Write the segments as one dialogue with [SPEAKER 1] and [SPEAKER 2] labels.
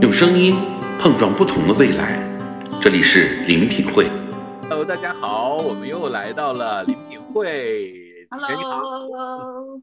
[SPEAKER 1] 用声音碰撞不同的未来。这里是林品会。
[SPEAKER 2] Hello，大家好，我们又来到了林品会。哎你好
[SPEAKER 3] Hello，
[SPEAKER 2] 嗯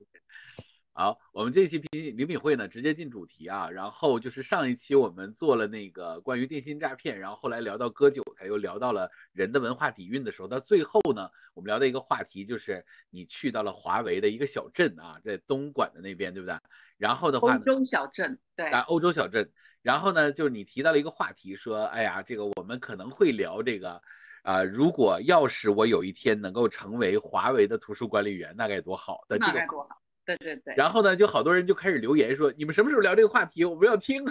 [SPEAKER 2] 好，我们这一期评林品会呢，直接进主题啊。然后就是上一期我们做了那个关于电信诈骗，然后后来聊到割韭菜，又聊到了人的文化底蕴的时候，到最后呢，我们聊的一个话题就是你去到了华为的一个小镇啊，在东莞的那边，对不对？然后的话
[SPEAKER 3] 欧
[SPEAKER 2] 呢，
[SPEAKER 3] 洲小镇，对，
[SPEAKER 2] 啊，欧洲小镇。然后呢，就是你提到了一个话题，说，哎呀，这个我们可能会聊这个，啊、如果要是我有一天能够成为华为的图书管理员，那该多好的
[SPEAKER 3] 那
[SPEAKER 2] 这个
[SPEAKER 3] 该。多好。对对对，
[SPEAKER 2] 然后呢，就好多人就开始留言说，你们什么时候聊这个话题？我们要听。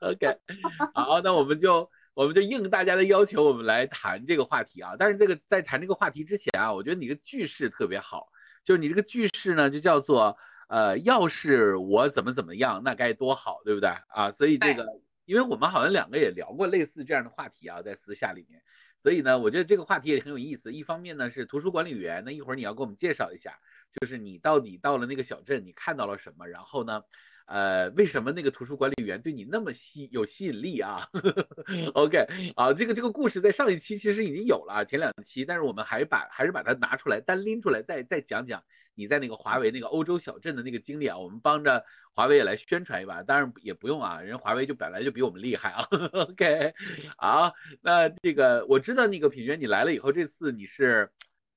[SPEAKER 2] OK，好，那我们就我们就应大家的要求，我们来谈这个话题啊。但是这个在谈这个话题之前啊，我觉得你这个句式特别好，就是你这个句式呢，就叫做呃，要是我怎么怎么样，那该多好，对不对啊？所以这个，因为我们好像两个也聊过类似这样的话题啊，在私下里面。所以呢，我觉得这个话题也很有意思。一方面呢是图书管理员，那一会儿你要给我们介绍一下，就是你到底到了那个小镇，你看到了什么？然后呢，呃，为什么那个图书管理员对你那么吸有吸引力啊 ？OK，啊，这个这个故事在上一期其实已经有了啊，前两期，但是我们还把还是把它拿出来单拎出来，再再讲讲你在那个华为那个欧洲小镇的那个经历啊。我们帮着华为也来宣传一把，当然也不用啊，人华为就本来就比我们厉害啊。OK，好，那这个我知道那个品轩你来了以后，这次你是。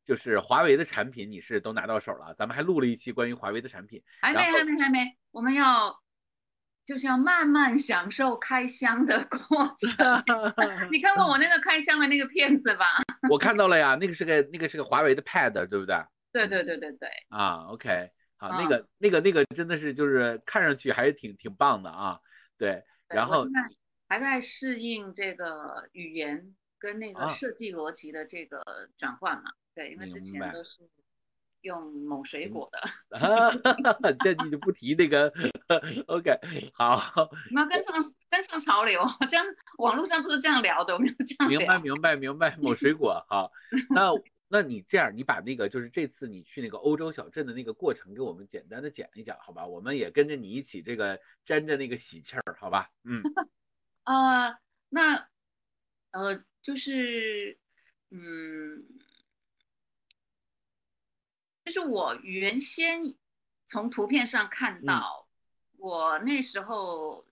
[SPEAKER 2] 就是华为的产品，你是都拿到手了啊。咱们还录了一期关于华为的产 品，
[SPEAKER 3] 还没
[SPEAKER 2] 然后
[SPEAKER 3] 还没还没，我们要就是要慢慢享受开箱的过 程。你
[SPEAKER 2] 嗯
[SPEAKER 3] 看过我那个开箱的那个片子吧？
[SPEAKER 2] 我看到了呀，那个是个那个是个华为的 Pad，对不对？
[SPEAKER 3] 对对对对对，
[SPEAKER 2] 啊，OK，好，那
[SPEAKER 3] 啊
[SPEAKER 2] 个那个那个真的是就是看上去还是挺挺棒的啊，对，
[SPEAKER 3] 对
[SPEAKER 2] 然
[SPEAKER 3] 我
[SPEAKER 2] 后
[SPEAKER 3] 现在还在适应这个语言跟那
[SPEAKER 2] 啊
[SPEAKER 3] 个设计逻辑的这个转换嘛。对，因为之
[SPEAKER 2] 明
[SPEAKER 3] 前
[SPEAKER 2] 白嗯
[SPEAKER 3] 都是用某水果的，
[SPEAKER 2] 啊， 这你就不提那个 ，OK，好，
[SPEAKER 3] 我们要跟上跟上潮流，好像网络上都是这样聊的，我们要这样
[SPEAKER 2] 明
[SPEAKER 3] 聊。
[SPEAKER 2] 白明白明白，某水果 好，那那你这样，你把那个就是这次你去那个欧洲小镇的那个过程给我们简单的讲一讲，好吧？我们也跟着你一起这个沾着那个喜气儿，好吧？嗯，
[SPEAKER 3] 呃，那呃，就是，嗯，就是我原先从图片上看
[SPEAKER 2] 嗯
[SPEAKER 3] 到，我那时候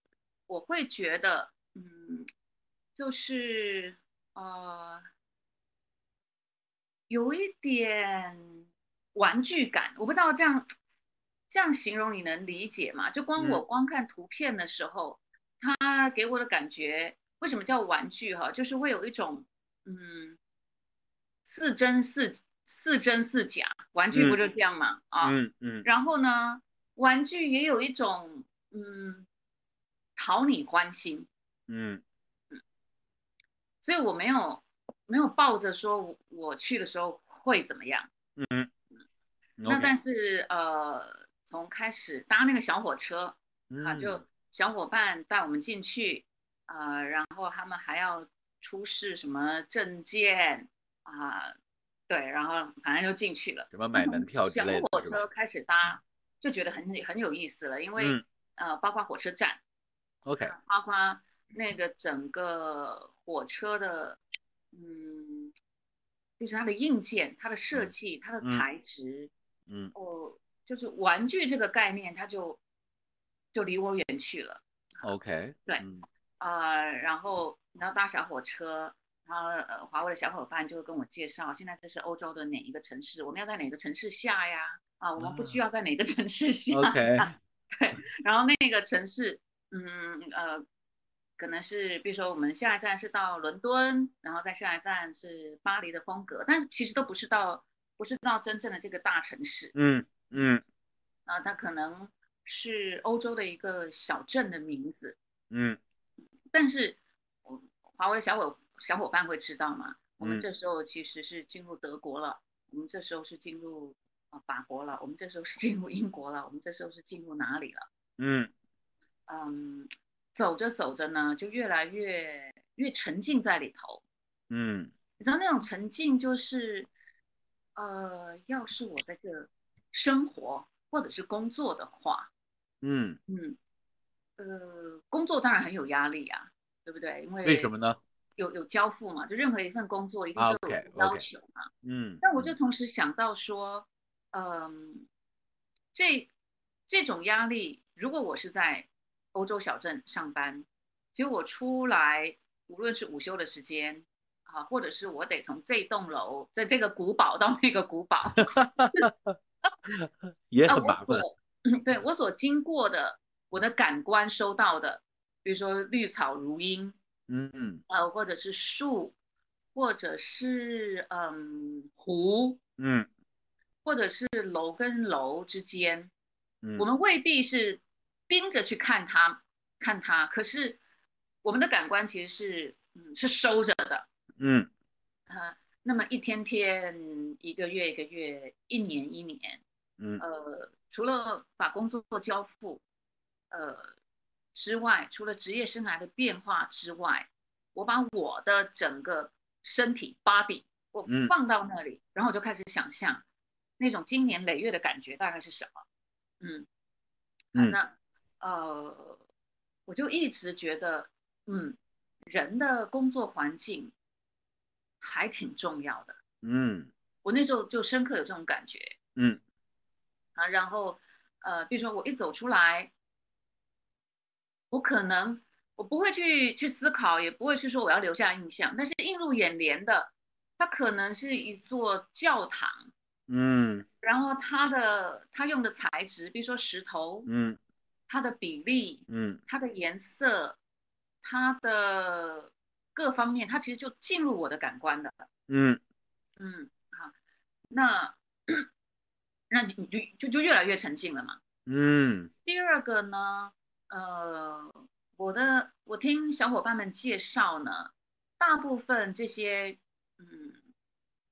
[SPEAKER 3] 我会觉得，嗯，就是呃，有一点玩具感，我不知道这样这样形容你能理解吗？就光我
[SPEAKER 2] 嗯
[SPEAKER 3] 光看图片的时候，它给我的感觉，为什么叫玩具哈？就是会有一种嗯，似真似似真似假，玩具不就这样吗？啊，
[SPEAKER 2] 嗯嗯
[SPEAKER 3] 然后呢，玩具也有一种嗯，讨你欢心，
[SPEAKER 2] 嗯
[SPEAKER 3] 所以我没有没有抱着说我我去的时候会怎么样。那
[SPEAKER 2] ，OK，
[SPEAKER 3] 但是呃，从开始搭那个小火车啊，
[SPEAKER 2] 嗯
[SPEAKER 3] 就小伙伴带我们进去，呃，然后他们还要出示什么证件啊、对，然后反正就进去了。
[SPEAKER 2] 什么买
[SPEAKER 3] 从
[SPEAKER 2] 门票之
[SPEAKER 3] 小
[SPEAKER 2] 类的
[SPEAKER 3] 火
[SPEAKER 2] 是吧
[SPEAKER 3] 车开始搭，就觉得很很有意思了，因为、
[SPEAKER 2] 嗯
[SPEAKER 3] 呃，包括火车站，
[SPEAKER 2] ，OK，
[SPEAKER 3] 包括那个整个火车的，嗯，就是它的硬件、它的设
[SPEAKER 2] 嗯
[SPEAKER 3] 计、它的
[SPEAKER 2] 嗯
[SPEAKER 3] 材质，
[SPEAKER 2] 嗯
[SPEAKER 3] 哦，就是玩具这个概念，它就就离我远去了
[SPEAKER 2] ，OK，
[SPEAKER 3] 对
[SPEAKER 2] 嗯
[SPEAKER 3] 啊、呃然后你要搭小火车，然后呃，华为的小伙伴就会跟我介绍，现在这是欧洲的哪一个城市，我们要在哪个城市下呀？啊，我们不需要在哪个城市下。
[SPEAKER 2] ，OK，
[SPEAKER 3] 然后那个城市，嗯呃，可能是比如说我们下一站是到伦敦，然后再下一站是巴黎的风格，但其实都不是到不是到真正的这个大城市
[SPEAKER 2] 嗯嗯
[SPEAKER 3] 啊，它可能是欧洲的一个小镇的名字，
[SPEAKER 2] 嗯
[SPEAKER 3] 但是我华为的小伙小伙伴会知道吗？我们
[SPEAKER 2] 嗯
[SPEAKER 3] 这时候其实是进入德国了，我们这时候是进入啊法国了，我们这时候是进入英国了，我们这时候是进入哪里了？
[SPEAKER 2] 嗯
[SPEAKER 3] 嗯，走着走着呢，就越来越越沉浸在里头。
[SPEAKER 2] 嗯
[SPEAKER 3] 你知道那种沉浸就是，呃，要是我在这生活或者是工作的话，
[SPEAKER 2] 嗯
[SPEAKER 3] 嗯，呃，工作当然很有压力啊，对不对？因为
[SPEAKER 2] 为什么呢？
[SPEAKER 3] 有有交付嘛，就任何一份工作一定
[SPEAKER 2] 啊
[SPEAKER 3] 都有
[SPEAKER 2] OK，OK
[SPEAKER 3] 要求嘛。
[SPEAKER 2] 嗯，
[SPEAKER 3] 但我就同时想到说，嗯，这这种压力，如果我是在欧洲小镇上班，其实我出来，无论是午休的时间啊，或者是我得从这栋楼，在这个古堡到那个古 堡，
[SPEAKER 2] 也
[SPEAKER 3] 那
[SPEAKER 2] 很
[SPEAKER 3] 啊我
[SPEAKER 2] 麻烦。
[SPEAKER 3] 所嗯对我所经过的，我的感官收到的，比如说绿草如茵，
[SPEAKER 2] 嗯
[SPEAKER 3] 呃，或者是树，或者是嗯湖，
[SPEAKER 2] 嗯
[SPEAKER 3] 或者是楼跟楼之间，
[SPEAKER 2] 嗯，
[SPEAKER 3] 我们未必是盯着去看它，看它，可是我们的感官其实是，嗯，是收着的。
[SPEAKER 2] 嗯
[SPEAKER 3] 那么一天天，一个月一个月，一年一年，
[SPEAKER 2] 嗯
[SPEAKER 3] 呃，除了把工作交付，呃之外，除了职业生涯的变化之外，我把我的整个身体 body 我
[SPEAKER 2] 嗯
[SPEAKER 3] 放到那里，然后我就开始想象那种经年累月的感觉大概是什么。嗯，
[SPEAKER 2] 嗯
[SPEAKER 3] 那呃，我就一直觉得，嗯，人的工作环境还挺重要的。
[SPEAKER 2] 嗯
[SPEAKER 3] 我那时候就深刻有这种感觉。
[SPEAKER 2] 嗯
[SPEAKER 3] 啊，然后呃，比如说我一走出来，我可能我不会去去思考，也不会去说我要留下印象，但是映入眼帘的，它可能是一座教堂，
[SPEAKER 2] 嗯
[SPEAKER 3] 然后它的它用的材质，比如说石头，
[SPEAKER 2] 嗯
[SPEAKER 3] 它的比例，
[SPEAKER 2] 嗯
[SPEAKER 3] 它的颜色，它的各方面，它其实就进入我的感官的。
[SPEAKER 2] 嗯
[SPEAKER 3] 嗯，好，那那你你就就就越来越沉浸了嘛。
[SPEAKER 2] 嗯
[SPEAKER 3] 第二个呢，呃，我的我听小伙伴们介绍呢，大部分这些，嗯，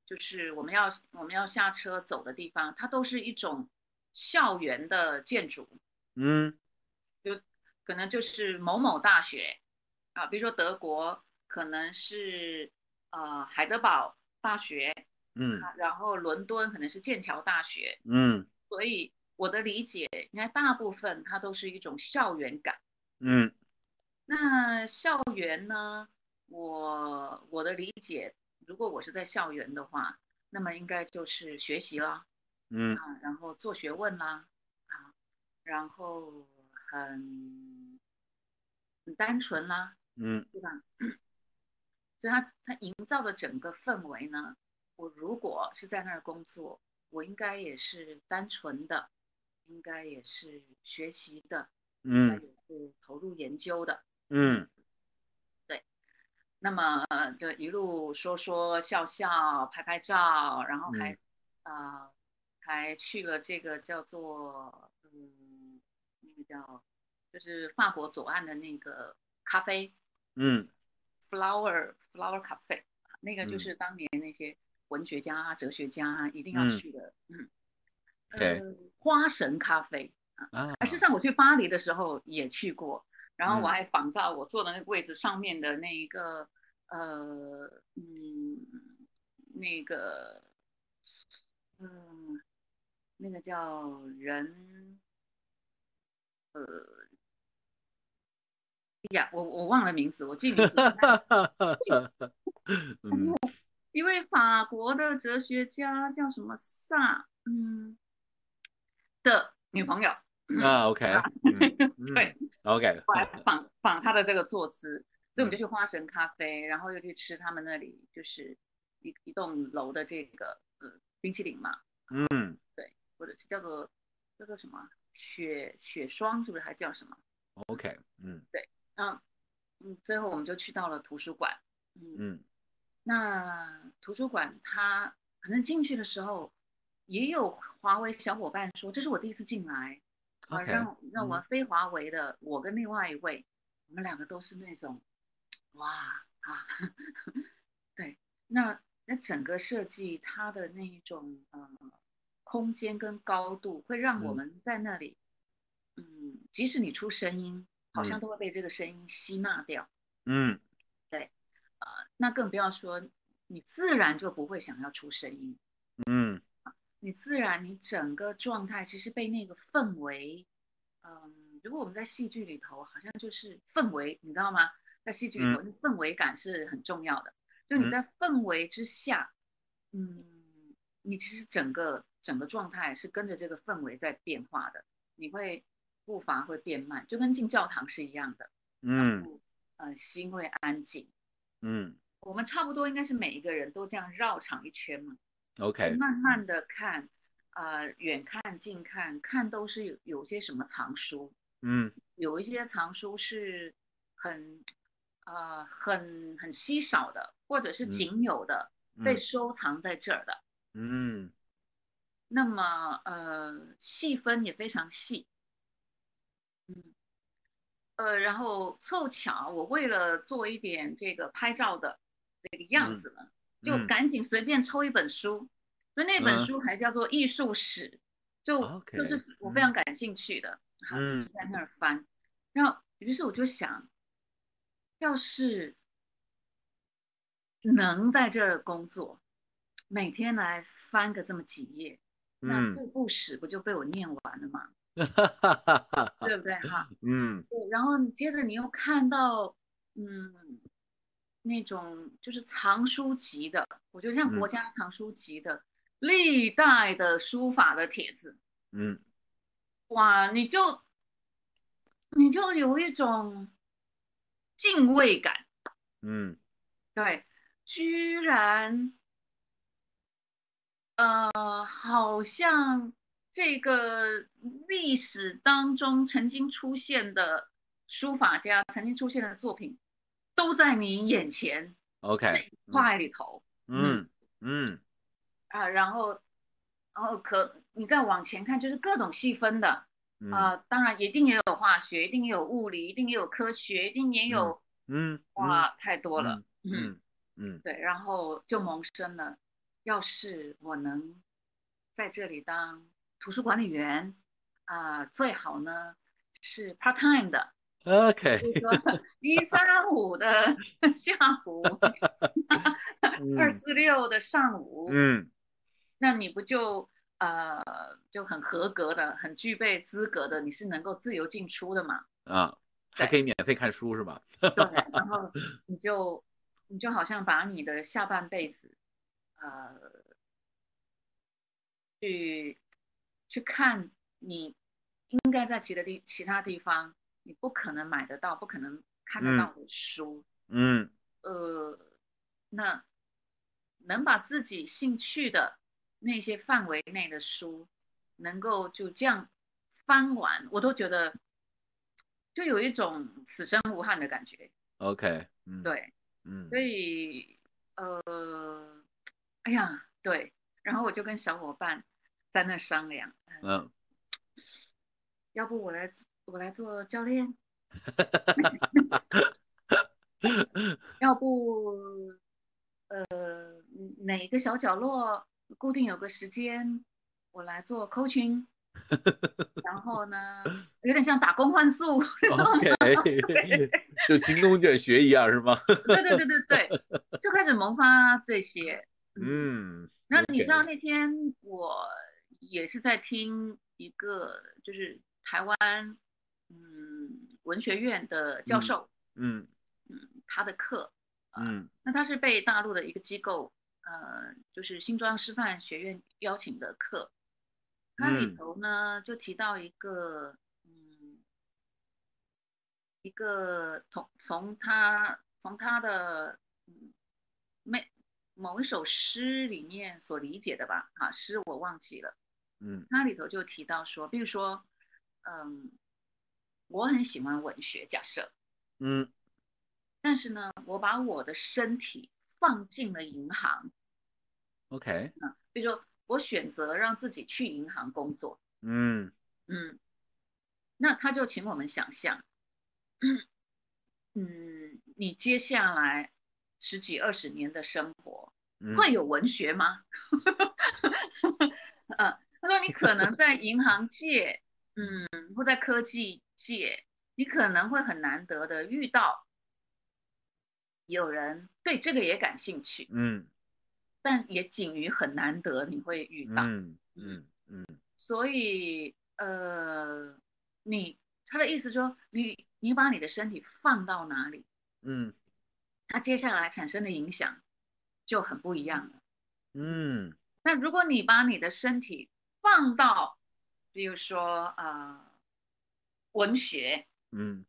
[SPEAKER 3] 就是我们要我们要下车走的地方，它都是一种校园的建筑，
[SPEAKER 2] 嗯
[SPEAKER 3] 可能就是某某大学啊，比如说德国可能是呃海德堡大学，
[SPEAKER 2] 嗯
[SPEAKER 3] 啊然后伦敦可能是剑桥大学，
[SPEAKER 2] 嗯
[SPEAKER 3] 所以我的理解，应该大部分它都是一种校园感。
[SPEAKER 2] 嗯
[SPEAKER 3] 那校园呢？我我的理解，如果我是在校园的话，那么应该就是学习啦，
[SPEAKER 2] 嗯
[SPEAKER 3] 啊，然后做学问啦，啊，然后很很单纯啦，
[SPEAKER 2] 嗯
[SPEAKER 3] 对吧？所以它它营造的整个氛围呢，我如果是在那儿工作，我应该也是单纯的，应该也是学习的，应该
[SPEAKER 2] 嗯
[SPEAKER 3] 也是投入研究的。
[SPEAKER 2] 嗯
[SPEAKER 3] 那么呃就一路说说笑笑，拍拍照，然后
[SPEAKER 2] 嗯
[SPEAKER 3] 还、呃还去了这个叫做嗯那个叫就是法国左岸的那个咖啡
[SPEAKER 2] 嗯
[SPEAKER 3] flower flower cafe，那个就
[SPEAKER 2] 嗯
[SPEAKER 3] 是当年那些文学家、啊、哲学家啊一定要
[SPEAKER 2] 嗯
[SPEAKER 3] 去的，嗯，
[SPEAKER 2] OK
[SPEAKER 3] 呃花神咖啡。
[SPEAKER 2] 啊
[SPEAKER 3] 啊，事实上我去巴黎的时候也去过，然后我
[SPEAKER 2] 嗯
[SPEAKER 3] 还仿照我坐的那个位置上面的那一个呃嗯那个嗯那个叫人呃呀，我我忘了名字，我记名字 不太，
[SPEAKER 2] 嗯
[SPEAKER 3] 一位法国的哲学家叫什么萨嗯的女朋友，
[SPEAKER 2] 啊 OK
[SPEAKER 3] 嗯 对
[SPEAKER 2] 对。OK
[SPEAKER 3] 我还仿仿他的这个坐姿，所以我们就去花神咖啡，然后又去吃他们那里就是一一栋楼的这个呃冰淇淋嘛，
[SPEAKER 2] 嗯
[SPEAKER 3] 或者是叫做叫做什么雪雪霜，是不是还叫什么？
[SPEAKER 2] OK 嗯
[SPEAKER 3] 嗯嗯，最后我们就去到了图书馆，嗯，
[SPEAKER 2] 嗯
[SPEAKER 3] 那图书馆它可能进去的时候，也有华为小伙伴说，这是我第一次进来，啊，
[SPEAKER 2] OK，
[SPEAKER 3] 让让我
[SPEAKER 2] 嗯
[SPEAKER 3] 非华为的，我跟另外一位，我们两个都是那种，哇啊， 对，那那整个设计它的那一种呃空间跟高度，会让我
[SPEAKER 2] 嗯
[SPEAKER 3] 们在那里，嗯，即使你出声音，好
[SPEAKER 2] 嗯
[SPEAKER 3] 像都会被这个声音吸纳掉。
[SPEAKER 2] 嗯
[SPEAKER 3] 那更不要说你自然就不会想要出声音，
[SPEAKER 2] 嗯
[SPEAKER 3] 你自然你整个状态其实被那个氛围，嗯，如果我们在戏剧里头，好像就是氛围，你知道吗？在戏剧里头，氛围感是很重要的。就你
[SPEAKER 2] 嗯
[SPEAKER 3] 在氛围之下，嗯，你其实整个整个状态是跟着这个氛围在变化的，你会步伐会变慢，就跟进教堂是一样的。
[SPEAKER 2] 嗯
[SPEAKER 3] 呃，心会安静。
[SPEAKER 2] 嗯
[SPEAKER 3] 我们差不多应该是每一个人都这样绕场一圈嘛，
[SPEAKER 2] ，OK，
[SPEAKER 3] 慢慢的看，呃，远看近看，看都是有有些什么藏书，
[SPEAKER 2] 嗯
[SPEAKER 3] 有一些藏书是很，呃，很很稀少的，或者是
[SPEAKER 2] 嗯
[SPEAKER 3] 仅有的，被
[SPEAKER 2] 嗯
[SPEAKER 3] 收藏在这儿的。
[SPEAKER 2] 嗯
[SPEAKER 3] 那么呃，细分也非常细，嗯，呃，然后凑巧我为了做一点这个拍照的这个样
[SPEAKER 2] 嗯
[SPEAKER 3] 子呢，就
[SPEAKER 2] 嗯
[SPEAKER 3] 赶紧随便抽一本书，所以那本
[SPEAKER 2] 嗯啊
[SPEAKER 3] 书还叫做《艺术史》，就就
[SPEAKER 2] OK，
[SPEAKER 3] 是我非常感兴趣的，好
[SPEAKER 2] 嗯
[SPEAKER 3] 在那儿翻，然后于是我就想，要是能在这儿工作，每天来翻个这么几页，那这
[SPEAKER 2] 嗯，
[SPEAKER 3] 部史不就被我念完了吗？
[SPEAKER 2] 哈哈哈哈哈，
[SPEAKER 3] 对不对哈？
[SPEAKER 2] 嗯
[SPEAKER 3] 对，然后你接着你又看到，嗯，那种就是藏书籍的，我觉得像
[SPEAKER 2] 嗯
[SPEAKER 3] 国家藏书籍的、历代的书法的帖子，
[SPEAKER 2] 嗯
[SPEAKER 3] 哇，你就你就有一种敬畏感。
[SPEAKER 2] 嗯
[SPEAKER 3] 对，居然，呃，好像这个历史当中曾经出现的书法家曾经出现的作品，都在你眼前
[SPEAKER 2] ，OK，
[SPEAKER 3] 这一块里头
[SPEAKER 2] 嗯嗯
[SPEAKER 3] 啊，然后，然后可你再往前看，就是各种细分的
[SPEAKER 2] 嗯
[SPEAKER 3] 啊，当然一定也有化学，一定也有物理，一定也有科学，一定也有，
[SPEAKER 2] 嗯，
[SPEAKER 3] 哇，太多了，嗯。
[SPEAKER 2] 嗯嗯
[SPEAKER 3] 对，然后就萌生了，要是我能在这里当图书管理员，啊、最好呢是 part time 的，
[SPEAKER 2] ，OK，
[SPEAKER 3] 比如说一三五的下午，二四六的上午，
[SPEAKER 2] 嗯
[SPEAKER 3] 那你不就呃就很合格的、很具备资格的，你是能够自由进出的嘛？
[SPEAKER 2] 啊，还可以免费看书是吧？
[SPEAKER 3] 对，然后你就你就好像把你的下半辈子，呃，去去看你应该在其他地其他地方你不可能买得到、不可能看得
[SPEAKER 2] 嗯
[SPEAKER 3] 到的书，
[SPEAKER 2] 嗯
[SPEAKER 3] 呃，那能把自己兴趣的那些范围内的书，能够就这样翻完，我都觉得就有一种此生无憾的感觉。
[SPEAKER 2] ，OK，嗯
[SPEAKER 3] 对，
[SPEAKER 2] 嗯
[SPEAKER 3] 所以呃，哎呀，对，然后我就跟小伙伴在那商量，嗯
[SPEAKER 2] 嗯，
[SPEAKER 3] 要不我来我来做教练，要不呃哪个小角落固定有个时间，我来做 coaching，然后呢，有点像打工换宿，
[SPEAKER 2] OK，就勤工俭学一样是吗？
[SPEAKER 3] 对对对对对，就开始萌发这些，
[SPEAKER 2] 嗯
[SPEAKER 3] 那你知道
[SPEAKER 2] OK
[SPEAKER 3] 那天我也是在听一个，就是台湾嗯文学院的教
[SPEAKER 2] 嗯
[SPEAKER 3] 授，
[SPEAKER 2] 嗯
[SPEAKER 3] 嗯，他的课，
[SPEAKER 2] 嗯
[SPEAKER 3] 那他是被大陆的一个机构，呃，就是新庄师范学院邀请的课，它里
[SPEAKER 2] 嗯
[SPEAKER 3] 头呢就提到一个，嗯，一个从从他从他的嗯每某一首诗里面所理解的吧，啊，诗我忘记了，
[SPEAKER 2] 嗯
[SPEAKER 3] 它里头就提到说，比如说，嗯，我很喜欢文学，假设，
[SPEAKER 2] 嗯
[SPEAKER 3] 但是呢，我把我的身体放进了银行，
[SPEAKER 2] ，OK，
[SPEAKER 3] 比如说我选择让自己去银行工作，
[SPEAKER 2] 嗯
[SPEAKER 3] 嗯，那他就请我们想象，嗯，你接下来十几二十年的生活
[SPEAKER 2] 嗯
[SPEAKER 3] 会有文学吗？ 呃，他说你可能在银行界，嗯，或在科技界，你可能会很难得的遇到有人对这个也感兴趣，
[SPEAKER 2] 嗯
[SPEAKER 3] 但也仅于很难得你会遇到。
[SPEAKER 2] 嗯嗯嗯
[SPEAKER 3] 所以呃，你他的意思说，你你把你的身体放到哪里，
[SPEAKER 2] 嗯
[SPEAKER 3] 它接下来产生的影响就很不一样了。
[SPEAKER 2] 嗯
[SPEAKER 3] 那如果你把你的身体放到，比如说呃文学
[SPEAKER 2] 嗯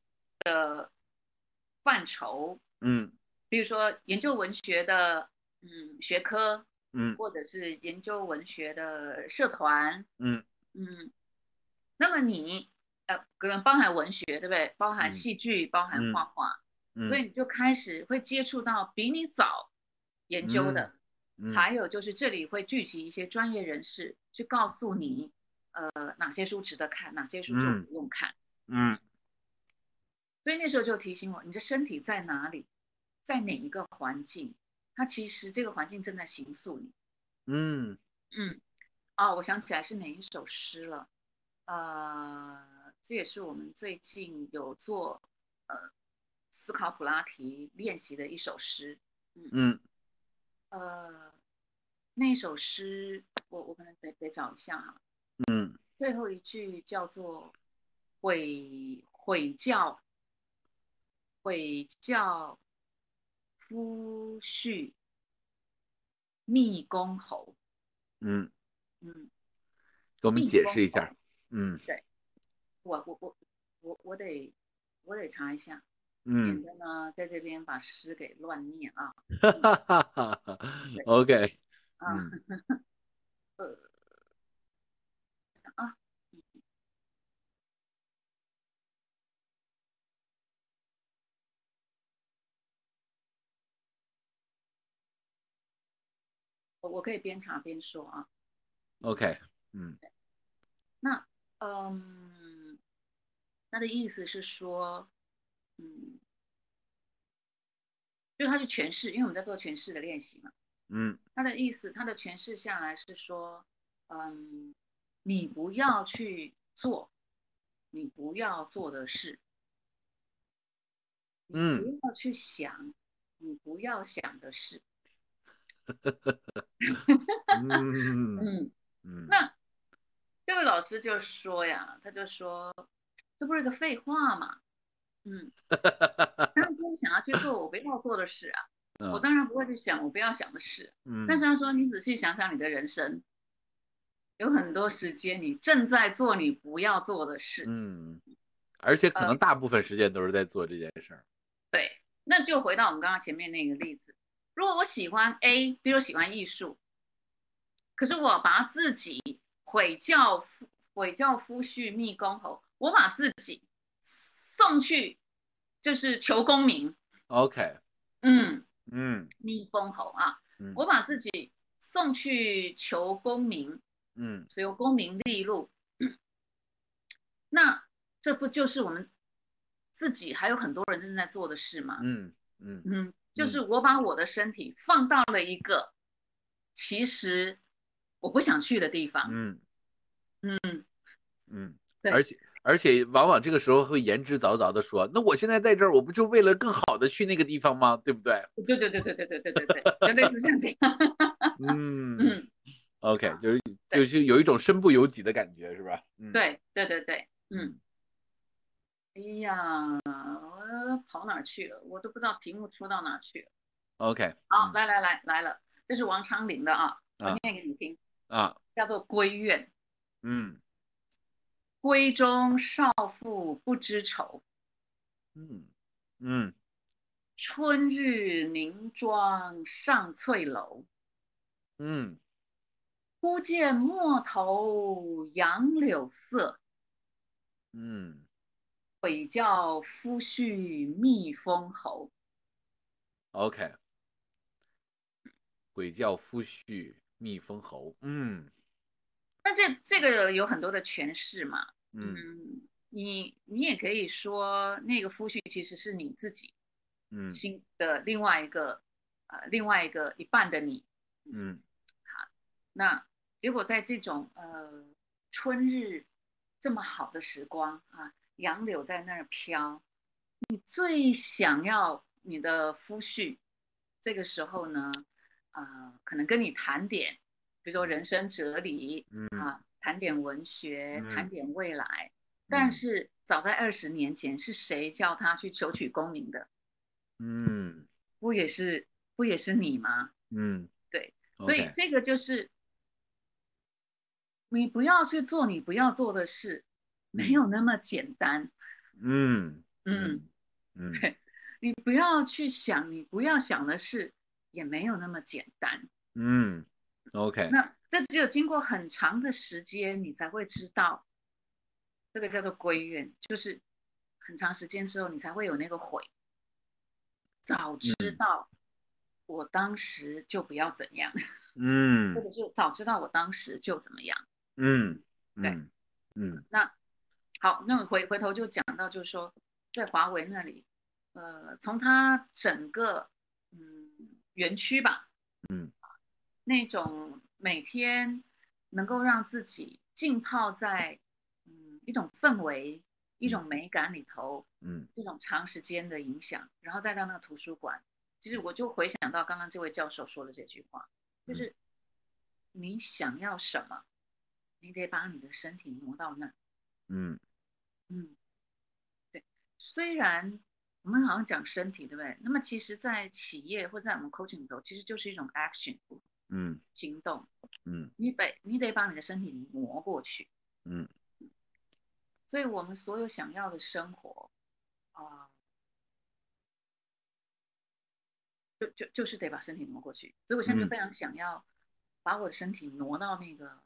[SPEAKER 3] 范畴，
[SPEAKER 2] 嗯
[SPEAKER 3] 比如说研究文学的嗯学科，
[SPEAKER 2] 嗯
[SPEAKER 3] 或者是研究文学的社团，
[SPEAKER 2] 嗯
[SPEAKER 3] 嗯，那么你呃可能包含文学对不对？包含
[SPEAKER 2] 嗯
[SPEAKER 3] 戏剧，包含
[SPEAKER 2] 嗯
[SPEAKER 3] 画画，
[SPEAKER 2] 嗯，
[SPEAKER 3] 所以你就开始会接触到比你早研究的。
[SPEAKER 2] 嗯
[SPEAKER 3] 还有就是这里会聚集一些专业人士去告诉你，呃，哪些书值得看，哪些书就
[SPEAKER 2] 嗯
[SPEAKER 3] 不用看。
[SPEAKER 2] 嗯
[SPEAKER 3] 所以那时候就提醒我，你的身体在哪里，在哪一个环境，它其实这个环境正在形塑你。
[SPEAKER 2] 嗯
[SPEAKER 3] 嗯，啊，我想起来是哪一首诗了，呃，这也是我们最近有做呃思考普拉提练习的一首诗。
[SPEAKER 2] 嗯
[SPEAKER 3] 呃，那首诗我我可能得得找一下哈、
[SPEAKER 2] 嗯
[SPEAKER 3] 最后一句叫做“毁毁教，毁教夫婿密公侯
[SPEAKER 2] 嗯，”。
[SPEAKER 3] 嗯，
[SPEAKER 2] 给我们
[SPEAKER 3] 密
[SPEAKER 2] 解
[SPEAKER 3] 公
[SPEAKER 2] 释一下
[SPEAKER 3] 侯。。
[SPEAKER 2] 嗯
[SPEAKER 3] 我我我我我得我得查一下，免
[SPEAKER 2] 嗯，
[SPEAKER 3] 得呢在这边把诗给乱念啊
[SPEAKER 2] 哈哈哈哈
[SPEAKER 3] 对
[SPEAKER 2] ，OK，
[SPEAKER 3] 啊。呃
[SPEAKER 2] 嗯
[SPEAKER 3] 啊我我可以边查边说啊。
[SPEAKER 2] ，OK，嗯
[SPEAKER 3] 那嗯，他的意思是说，嗯，就他就诠释，因为我们在做诠释的练习嘛。
[SPEAKER 2] 嗯
[SPEAKER 3] 他的意思，他的诠释下来是说，嗯，你不要去做你不要做的事，
[SPEAKER 2] 嗯，
[SPEAKER 3] 不要去想你不要想的事。
[SPEAKER 2] 嗯嗯
[SPEAKER 3] 嗯，
[SPEAKER 2] 嗯，
[SPEAKER 3] 那这位老师就说呀，他就说，这不是个废话嘛。嗯， 当然就是想要去做我不要做的事啊，我当然不会去想我不要想的事。
[SPEAKER 2] 嗯
[SPEAKER 3] 但是他说，你仔细想想你的人生，有很多时间你正在做你不要做的事，
[SPEAKER 2] 嗯，而且可
[SPEAKER 3] 呃
[SPEAKER 2] 能大部分时间都是在做这件事儿。
[SPEAKER 3] 那就回到我们刚刚前面那个例子，如果我喜欢 A，比如我喜欢艺术，可是我把自己毁教夫毁教夫婿密公侯，我把自己送去就是求功名，
[SPEAKER 2] OK，
[SPEAKER 3] 嗯，
[SPEAKER 2] 嗯
[SPEAKER 3] 密公侯啊，
[SPEAKER 2] 嗯
[SPEAKER 3] 我把自己送去求功名，
[SPEAKER 2] 嗯
[SPEAKER 3] 所以有功名利禄，那这不就是我们自己还有很多人正在做的事吗？
[SPEAKER 2] 嗯嗯
[SPEAKER 3] 嗯，就是我把我的身体放到了一个其实我不想去的地方。
[SPEAKER 2] 嗯
[SPEAKER 3] 嗯，
[SPEAKER 2] 嗯，
[SPEAKER 3] 对
[SPEAKER 2] 而且而且往往这个时候会言之凿凿的说，那我现在在这儿，我不就为了更好的去那个地方吗？对不 对？
[SPEAKER 3] 对对对对对对对对对，就类似像这样。
[SPEAKER 2] 嗯
[SPEAKER 3] 嗯，
[SPEAKER 2] ，OK，就是就
[SPEAKER 3] 对
[SPEAKER 2] 是有一种身不由己的感觉，是吧？嗯，
[SPEAKER 3] 对对对对，嗯。哎呀，我跑哪儿去了？我都不知道屏幕出到哪儿去了。
[SPEAKER 2] ，OK，
[SPEAKER 3] 好，
[SPEAKER 2] 嗯
[SPEAKER 3] 来来来来了，这是王昌龄的啊，我
[SPEAKER 2] 啊
[SPEAKER 3] 念给你听，
[SPEAKER 2] 啊，
[SPEAKER 3] 叫做《闺怨》。
[SPEAKER 2] 嗯
[SPEAKER 3] 闺中少妇不知愁，
[SPEAKER 2] 嗯嗯
[SPEAKER 3] 春日凝妆上翠楼。
[SPEAKER 2] 嗯
[SPEAKER 3] 忽见陌头杨柳色，
[SPEAKER 2] 嗯
[SPEAKER 3] 悔教夫婿觅封侯。
[SPEAKER 2] ，OK，鬼叫夫婿蜜蜂猴，嗯
[SPEAKER 3] 那这这个有很多的诠释嘛，
[SPEAKER 2] 嗯
[SPEAKER 3] 你你也可以说那个夫婿其实是你自己
[SPEAKER 2] 嗯
[SPEAKER 3] 心的另外一个呃另外一个一半的你。
[SPEAKER 2] 嗯
[SPEAKER 3] 那结果在这种呃春日这么好的时光啊，杨柳在那儿飘，你最想要你的夫婿这个时候呢，呃，可能跟你谈点，比如说人生哲理
[SPEAKER 2] 嗯
[SPEAKER 3] 啊，谈点文学，谈
[SPEAKER 2] 嗯
[SPEAKER 3] 点未来，但是早在二十年前，是谁叫他去求取功名的？
[SPEAKER 2] 嗯
[SPEAKER 3] 不也是不也是你吗？
[SPEAKER 2] 嗯，
[SPEAKER 3] 对，所
[SPEAKER 2] OK，
[SPEAKER 3] 以这个就是你不要去做你不要做的事，没有那么简单。
[SPEAKER 2] 嗯
[SPEAKER 3] 嗯，
[SPEAKER 2] 嗯
[SPEAKER 3] 你不要去想你不要想的事，也没有那么简单。
[SPEAKER 2] 嗯，OK，
[SPEAKER 3] 那这只有经过很长的时间，你才会知道，这个叫做归愿，就是很长时间之后，你才会有那个悔。早知
[SPEAKER 2] 嗯
[SPEAKER 3] 道我当时就不要怎样，
[SPEAKER 2] 嗯
[SPEAKER 3] 或者是早知道我当时就怎么样。
[SPEAKER 2] 嗯
[SPEAKER 3] 对
[SPEAKER 2] 嗯嗯
[SPEAKER 3] 好，那我回回头就讲到，就是说在华为那里，呃，从它整个嗯园区吧，
[SPEAKER 2] 嗯，
[SPEAKER 3] 那种每天能够让自己浸泡在嗯一种氛围、一种美感里头，
[SPEAKER 2] 嗯
[SPEAKER 3] 这种长时间的影响，然后再到那个图书馆，其实我就回想到刚刚这位教授说的这句话，就是你想要什么，你得把你的身体挪到那儿。
[SPEAKER 2] 嗯
[SPEAKER 3] 嗯，对，虽然我们好像讲身体，对不对？那么其实，在企业或在我们 coaching 里头，其实就是一种 action
[SPEAKER 2] 嗯
[SPEAKER 3] 行动，
[SPEAKER 2] 嗯
[SPEAKER 3] 你得你得把你的身体挪过去。
[SPEAKER 2] 嗯，
[SPEAKER 3] 所以我们所有想要的生活，啊、就就就是得把身体挪过去。所以我现在就
[SPEAKER 2] 嗯
[SPEAKER 3] 非常想要把我的身体挪到那个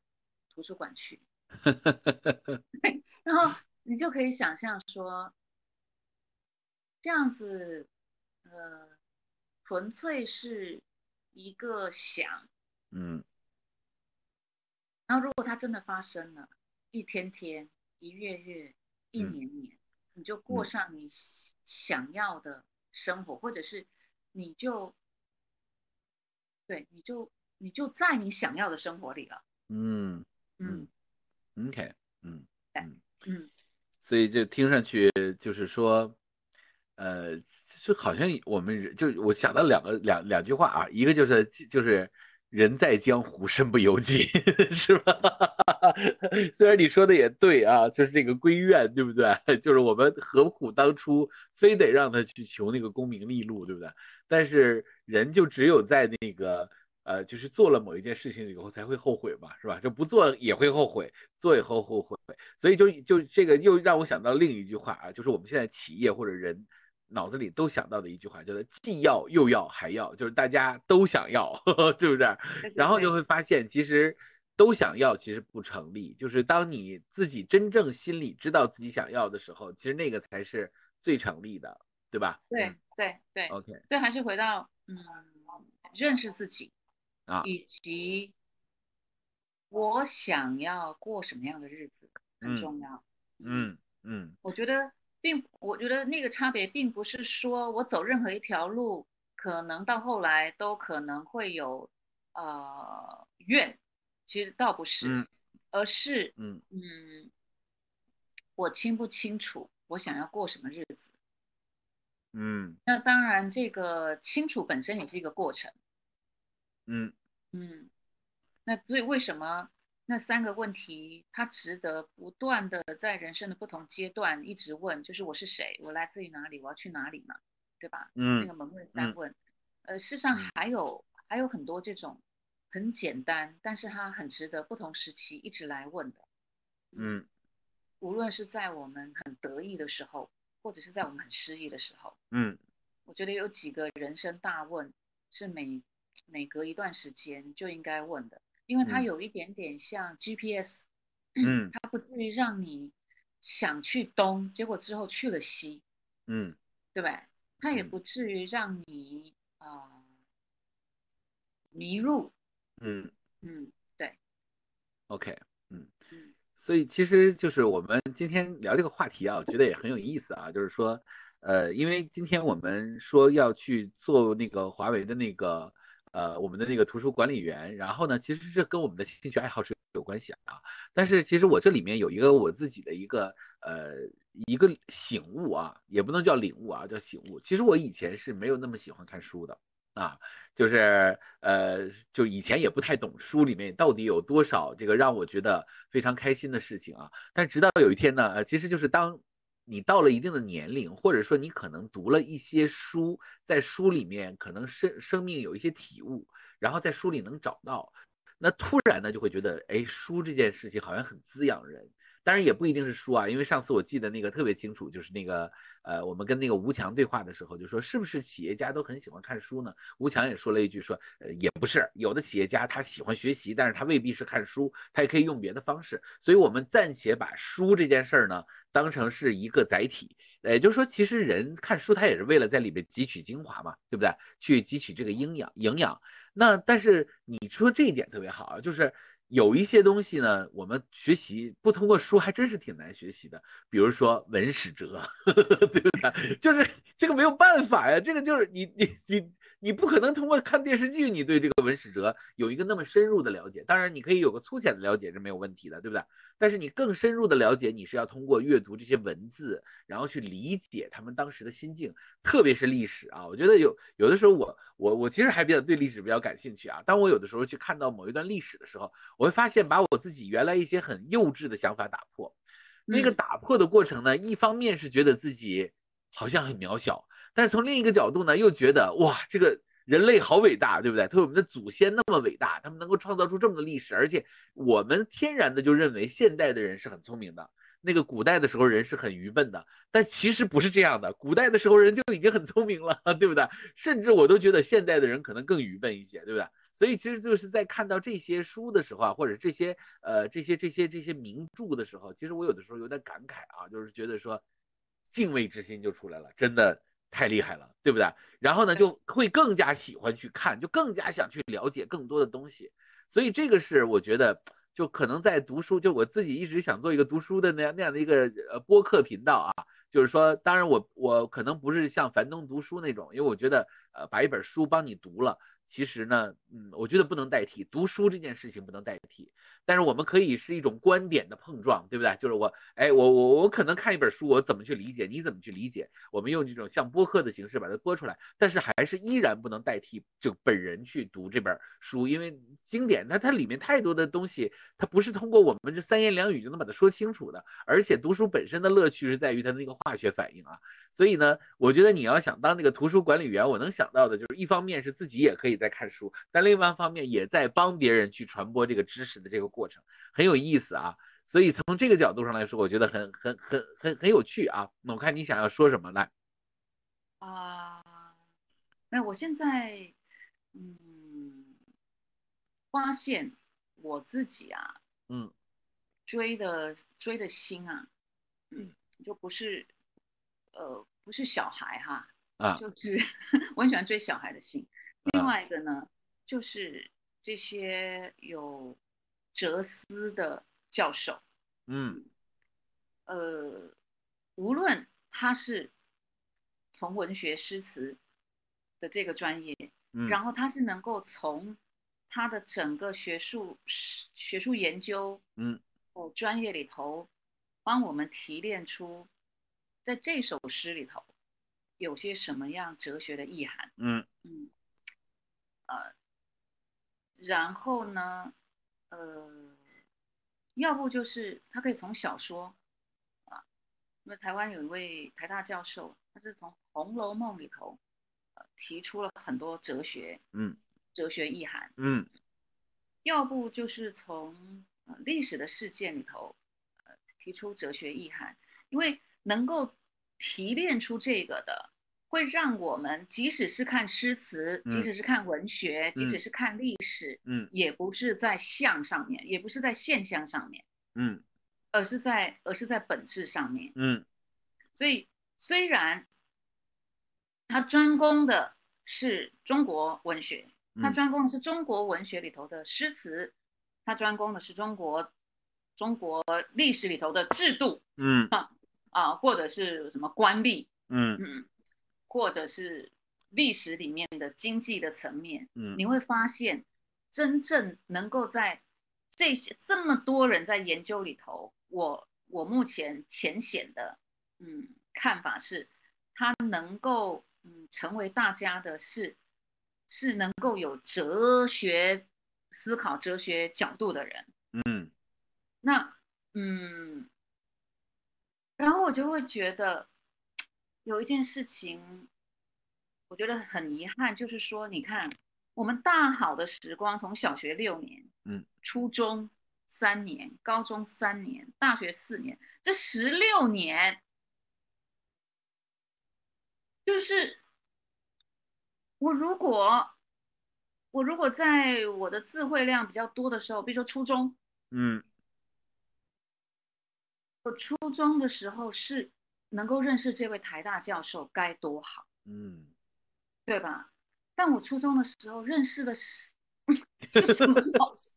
[SPEAKER 3] 图书馆去。然后你就可以想象说，这样子，呃，纯粹是一个想。
[SPEAKER 2] 嗯
[SPEAKER 3] 然后如果它真的发生了，一天天、一月月、一
[SPEAKER 2] 嗯
[SPEAKER 3] 年年，你就
[SPEAKER 2] 嗯
[SPEAKER 3] 过上你想要的生活，或者是你就，对，你就你就在你想要的生活里了。
[SPEAKER 2] 嗯
[SPEAKER 3] 嗯
[SPEAKER 2] 嗯，OK，嗯。
[SPEAKER 3] 嗯，
[SPEAKER 2] 所以就听上去就是说，呃，就好像我们人就我想到两个两两句话啊，一个就是就是人在江湖身不由己， 是吧？虽然你说的也对啊，就是这个归愿，对不对？ 就是我们何苦当初非得让他去求那个功名利禄，对不对？但是人就只有在那个。呃，就是做了某一件事情以后才会后悔嘛，是吧？这不做也会后悔，做以后后悔，所以就就这个又让我想到另一句话啊，就是我们现在企业或者人脑子里都想到的一句话，叫做既要又要还要，就是大家都想要， 对不对？
[SPEAKER 3] 对对
[SPEAKER 2] 嗯然后
[SPEAKER 3] 对
[SPEAKER 2] 就会发现，其实都想要其实不成立，就是当你自己真正心里知道自己想要的时候，其实那个才是最成立的，对吧？
[SPEAKER 3] 对
[SPEAKER 2] 嗯
[SPEAKER 3] 对对，
[SPEAKER 2] ，OK，
[SPEAKER 3] 所以还是回到嗯，认识自己
[SPEAKER 2] 啊
[SPEAKER 3] 以及我想要过什么样的日子很
[SPEAKER 2] 嗯
[SPEAKER 3] 重要。，
[SPEAKER 2] 嗯嗯
[SPEAKER 3] 我觉得并我觉得那个差别并不是说我走任何一条路，可能到后来都可能会有呃怨，其实倒不是，
[SPEAKER 2] 嗯
[SPEAKER 3] 而是
[SPEAKER 2] 嗯
[SPEAKER 3] 嗯，我清不清楚我想要过什么日子。
[SPEAKER 2] 嗯
[SPEAKER 3] 那当然，这个清楚本身也是一个过程。
[SPEAKER 2] 嗯
[SPEAKER 3] 嗯，那所以为什么那三个问题，它值得不断的在人生的不同阶段一直问，就是我是谁，我来自于哪里，我要去哪里嘛，对吧？那
[SPEAKER 2] 嗯
[SPEAKER 3] 个门问三
[SPEAKER 2] 嗯
[SPEAKER 3] 问，呃，世上还有还有很多这种很简单，但是它很值得不同时期一直来问的，
[SPEAKER 2] 嗯
[SPEAKER 3] 无论是在我们很得意的时候，或者是在我们很失意的时候，
[SPEAKER 2] 嗯
[SPEAKER 3] 我觉得有几个人生大问是每每隔一段时间就应该问的，因为它
[SPEAKER 2] 嗯
[SPEAKER 3] 有一点点像 GPS，、
[SPEAKER 2] 嗯
[SPEAKER 3] 它不至于让你想去东，结果之后去了西，
[SPEAKER 2] 嗯
[SPEAKER 3] 对不对？它也
[SPEAKER 2] 嗯
[SPEAKER 3] 不至于让你呃迷路。
[SPEAKER 2] 嗯。
[SPEAKER 3] 嗯
[SPEAKER 2] OK，嗯
[SPEAKER 3] 嗯，
[SPEAKER 2] 所以其实就是我们今天聊这个话题啊，我觉得也很有意思啊，就是说，呃，因为今天我们说要去做那个华为的那个呃我们的那个图书管理员，然后呢，其实这跟我们的兴趣爱好是有关系啊。但是其实我这里面有一个我自己的一个呃一个醒悟啊，也不能叫领悟啊，叫醒悟。其实我以前是没有那么喜欢看书的。啊，就是呃，就以前也不太懂书里面到底有多少这个让我觉得非常开心的事情啊。但直到有一天呢，呃，其实就是当你到了一定的年龄，或者说你可能读了一些书，在书里面可能生生命有一些体悟，然后在书里能找到，那突然呢就会觉得，哎，书这件事情好像很滋养人。当然也不一定是书啊，因为上次我记得那个特别清楚，就是那个呃，我们跟那个吴强对话的时候，就说是不是企业家都很喜欢看书呢？吴强也说了一句说，呃，也不是，有的企业家他喜欢学习，但是他未必是看书，他也可以用别的方式。所以我们暂且把书这件事儿呢，当成是一个载体，呃也就是说，其实人看书他也是为了在里面汲取精华嘛，对不对？去汲取这个营养营养。那但是你说这一点特别好啊，就是。有一些东西呢，我们学习不通过书还真是挺难学习的，比如说文史哲，对不对？就是这个没有办法呀，这个就是你你你你不可能通过看电视剧，你对这个文史哲有一个那么深入的了解。当然，你可以有个粗浅的了解是没有问题的，对不对？但是你更深入的了解，你是要通过阅读这些文字，然后去理解他们当时的心境，特别是历史啊。我觉得有有的时候我我我其实还比较对历史比较感兴趣啊。当我有的时候去看到某一段历史的时候，我会发现，把我自己原来一些很幼稚的想法打破。那个打破的过程呢，一方面是觉得自己好像很渺小，但是从另一个角度呢，又觉得哇，这个人类好伟大，对不对？他我们的祖先那么伟大，他们能够创造出这么的历史，而且我们天然的就认为现代的人是很聪明的。那个古代的时候人是很愚笨的，但其实不是这样的。古代的时候人就已经很聪明了， 对不对？甚至我都觉得现代的人可能更愚笨一些，对不对？所以其实就是在看到这些书的时候啊，或者这些呃这些这些这些名著的时候，其实我有的时候有点感慨啊，就是觉得说敬畏之心就出来了，真的太厉害了，对不对？然后呢，就会更加喜欢去看，就更加想去了解更多的东西。所以这个是我觉得。就可能在读书，就我自己一直想做一个读书的那样那样的一个呃播客频道啊，就是说，当然我我可能不是像樊登读书那种，因为我觉得呃把一本书帮你读了，其实呢，嗯，我觉得不能代替读书这件事情不能代替，但是我们可以是一种观点的碰撞，对不对？就是我哎我我我可能看一本书，我怎么去理解，你怎么去理解，我们用这种像播客的形式把它播出来，但是还是依然不能代替就本人去读这本书，因为经典它它里面太多的东西。它不是通过我们这三言两语就能把它说清楚的，而且读书本身的乐趣是在于它的那个化学反应啊。所以呢，我觉得你要想当那个图书管理员，我能想到的就是一方面是自己也可以在看书，但另外一方面也在帮别人去传播这个知识的这个过程，很有意思啊。所以从这个角度上来说，我觉得很很很很很有趣啊。那我看你想要说什么来
[SPEAKER 3] 啊？那我现在嗯，发现。我自己啊，
[SPEAKER 2] 嗯，
[SPEAKER 3] 追的追的心啊，嗯，就不是，呃，不是小孩哈，
[SPEAKER 2] 啊，
[SPEAKER 3] 就是 我很喜欢追小孩的心。另外一个呢，就是这些有哲思的教授，
[SPEAKER 2] 嗯，
[SPEAKER 3] 呃，无论他是从文学诗词的这个专业，
[SPEAKER 2] 嗯
[SPEAKER 3] 然后他是能够从。他的整个学术学术研究，
[SPEAKER 2] 嗯，
[SPEAKER 3] 哦，专业里头，帮我们提炼出，在这首诗里头有些什么样哲学的意涵，
[SPEAKER 2] 嗯
[SPEAKER 3] 嗯，呃，然后呢，呃，要不就是他可以从小说，啊，那台湾有一位台大教授，他是从《红楼梦》里头，呃，提出了很多哲学
[SPEAKER 2] 嗯
[SPEAKER 3] 哲学意涵。
[SPEAKER 2] 嗯
[SPEAKER 3] 要不就是从、呃、历史的事件里头，呃，提出哲学意涵，因为能够提炼出这个的，会让我们即使是看诗词，
[SPEAKER 2] 嗯
[SPEAKER 3] 即使是看文学，即使是看历史，
[SPEAKER 2] 嗯
[SPEAKER 3] 也不是在象上面，也不是在现象上面，
[SPEAKER 2] 嗯
[SPEAKER 3] 而是在而是在本质上面。
[SPEAKER 2] 嗯
[SPEAKER 3] 所以虽然他专攻的是中国文学，他
[SPEAKER 2] 嗯
[SPEAKER 3] 专攻的是中国文学里头的诗词，他专攻的是中国中国历史里头的制度
[SPEAKER 2] 嗯
[SPEAKER 3] 啊、或者是什么官吏，
[SPEAKER 2] 嗯
[SPEAKER 3] 嗯，或者是历史里面的经济的层面，
[SPEAKER 2] 嗯，
[SPEAKER 3] 你会发现，真正能够在这些这么多人在研究里头，我我目前浅显的嗯看法是，它能够嗯成为大家的是是能够有哲学思考、哲学角度的人。
[SPEAKER 2] 嗯
[SPEAKER 3] 那嗯，然后我就会觉得有一件事情，我觉得很遗憾，就是说，你看我们大好的时光，从小学六年，
[SPEAKER 2] 嗯，
[SPEAKER 3] 初中三年，高中三年，大学四年，这十六年，就是我如果我如果在我的智慧量比较多的时候，比如说初中。
[SPEAKER 2] 嗯
[SPEAKER 3] 我初中的时候是能够认识这位台大教授，该多好，
[SPEAKER 2] 嗯，
[SPEAKER 3] 对吧？但我初中的时候认识的是 是什么 老师？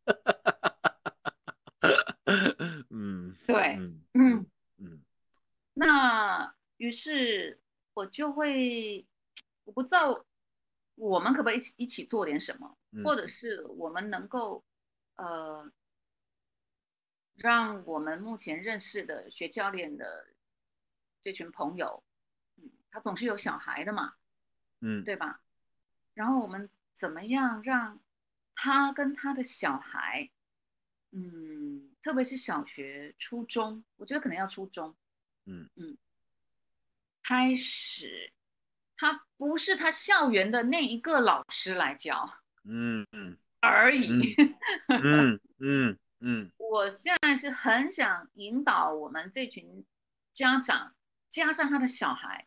[SPEAKER 2] 嗯
[SPEAKER 3] 对，
[SPEAKER 2] 嗯
[SPEAKER 3] 嗯，
[SPEAKER 2] 嗯
[SPEAKER 3] 那于是我就会，我不知道我们可不可以一起一起做点什么，
[SPEAKER 2] 嗯，
[SPEAKER 3] 或者是我们能够呃，让我们目前认识的学教练的这群朋友，嗯，他总是有小孩的嘛，
[SPEAKER 2] 嗯
[SPEAKER 3] 对吧？然后我们怎么样让他跟他的小孩，嗯，特别是小学、初中，我觉得可能要初中，
[SPEAKER 2] 嗯
[SPEAKER 3] 嗯，开始，他不是他校园的那一个老师来教
[SPEAKER 2] 嗯嗯
[SPEAKER 3] 而已。
[SPEAKER 2] 嗯嗯嗯
[SPEAKER 3] 我现在是很想引导我们这群家长加上他的小孩，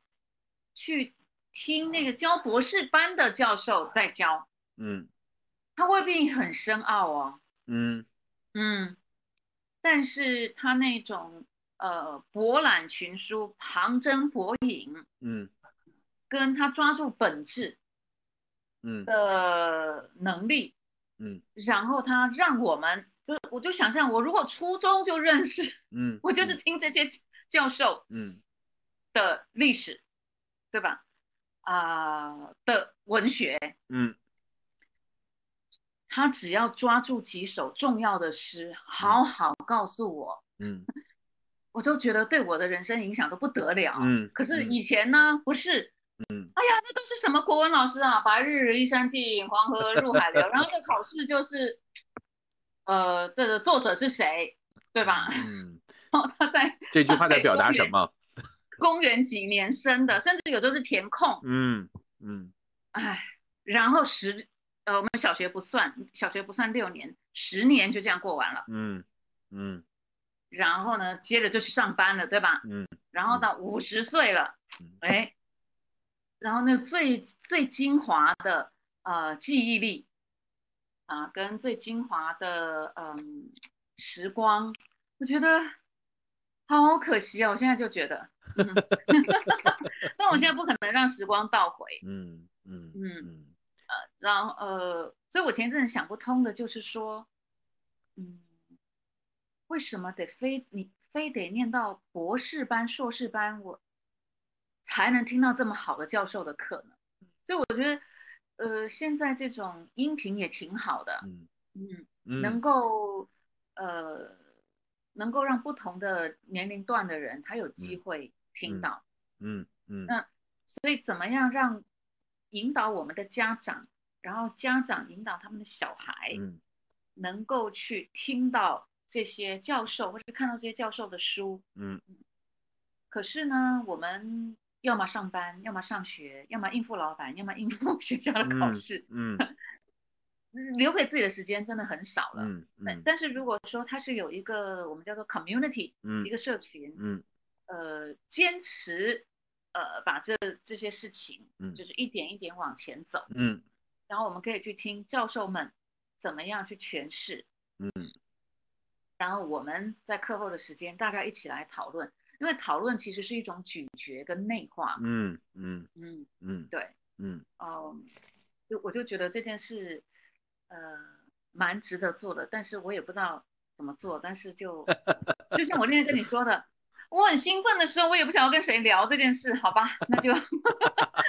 [SPEAKER 3] 去听那个教博士班的教授在教。
[SPEAKER 2] 嗯
[SPEAKER 3] 他未必很深奥哦，
[SPEAKER 2] 嗯
[SPEAKER 3] 嗯，但是他那种呃博览群书、旁征博引，
[SPEAKER 2] 嗯
[SPEAKER 3] 跟他抓住本质
[SPEAKER 2] 嗯
[SPEAKER 3] 的能力，
[SPEAKER 2] 嗯
[SPEAKER 3] 然后他让我们，就我就想象，我如果初中就认识，
[SPEAKER 2] 嗯，
[SPEAKER 3] 我就是听这些教授
[SPEAKER 2] 嗯
[SPEAKER 3] 的历史，对吧？啊、的文学，
[SPEAKER 2] 嗯
[SPEAKER 3] 他只要抓住几首重要的诗，好好告诉我。
[SPEAKER 2] 嗯
[SPEAKER 3] 我都觉得对我的人生影响都不得了。
[SPEAKER 2] 嗯，
[SPEAKER 3] 可是以前呢，不是，
[SPEAKER 2] 嗯，
[SPEAKER 3] 哎呀，那都是什么国文老师啊？白日依山尽，黄河入海流。然后这考试就是，呃，这个作者是谁，对吧？
[SPEAKER 2] 嗯，
[SPEAKER 3] 然后他在
[SPEAKER 2] 这句话在表达 什么？
[SPEAKER 3] 公元几年生的，甚至有时候是填空。
[SPEAKER 2] 嗯嗯
[SPEAKER 3] 哎，然后十，呃，我们小学不算，小学不算六年，十年就这样过完了。
[SPEAKER 2] 嗯嗯
[SPEAKER 3] 然后呢，接着就去上班了，对吧？
[SPEAKER 2] 嗯。
[SPEAKER 3] 然后到五十岁了
[SPEAKER 2] 嗯，
[SPEAKER 3] 哎，然后那最最精华的呃记忆力啊，跟最精华的嗯时光，我觉得好可惜啊！我现在就 觉得， 嗯但我现在不可能让时光倒回，
[SPEAKER 2] 嗯嗯嗯
[SPEAKER 3] 然后呃，所以我前一阵子想不通的就是说，嗯，为什么得非你非得念到博士班、硕士班，我才能听到这么好的教授的课呢？所以我觉得，呃，现在这种音频也挺好的，
[SPEAKER 2] 嗯
[SPEAKER 3] 嗯，
[SPEAKER 2] 嗯，
[SPEAKER 3] 能够呃，能够让不同的年龄段的人他有机会
[SPEAKER 2] 嗯
[SPEAKER 3] 听到。
[SPEAKER 2] 嗯嗯
[SPEAKER 3] 所以怎么样让引导我们的家长，然后家长引导他们的小孩，
[SPEAKER 2] 嗯
[SPEAKER 3] 能够去听到这些教授或者看到这些教授的书。
[SPEAKER 2] 嗯
[SPEAKER 3] 可是呢，我们要么上班，要么上学，要么应付老板，要么应付学校的考试，
[SPEAKER 2] 嗯
[SPEAKER 3] 留给自己的时间真的很少了。
[SPEAKER 2] 嗯
[SPEAKER 3] 但
[SPEAKER 2] 嗯
[SPEAKER 3] 但是如果说它是有一个我们叫做 community，
[SPEAKER 2] 嗯
[SPEAKER 3] 一个社群，
[SPEAKER 2] 嗯
[SPEAKER 3] 呃，坚持，呃，把这这些事情，
[SPEAKER 2] 嗯
[SPEAKER 3] 就是一点一点往前走。
[SPEAKER 2] 嗯
[SPEAKER 3] 然后我们可以去听教授们怎么样去诠释，
[SPEAKER 2] 嗯，
[SPEAKER 3] 然后我们在课后的时间大家一起来讨论，因为讨论其实是一种咀嚼跟内化，
[SPEAKER 2] 嗯嗯
[SPEAKER 3] 嗯，
[SPEAKER 2] 嗯
[SPEAKER 3] 对，
[SPEAKER 2] 嗯
[SPEAKER 3] 哦、就我就觉得这件事，呃，蛮值得做的，但是我也不知道怎么做，但 是就就像我那天跟你说的。我很兴奋的时候，我也不想要跟谁聊这件事，好吧？那就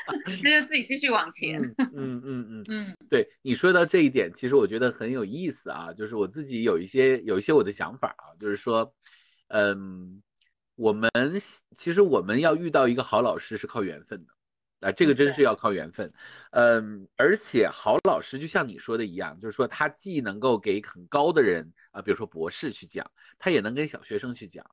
[SPEAKER 3] 那就自己继续往前。
[SPEAKER 2] 嗯嗯嗯嗯。
[SPEAKER 3] 嗯
[SPEAKER 2] 对你说到这一点，其实我觉得很有意思啊，就是我自己有一些有一些我的想法啊，就是说，嗯，我们其实我们要遇到一个好老师是靠缘分的，啊，这个真是要靠缘分。嗯，而且郝老师就像你说的一样，就是说他既能够给很高的人啊、比如说博士去讲，他也能跟小学生去讲。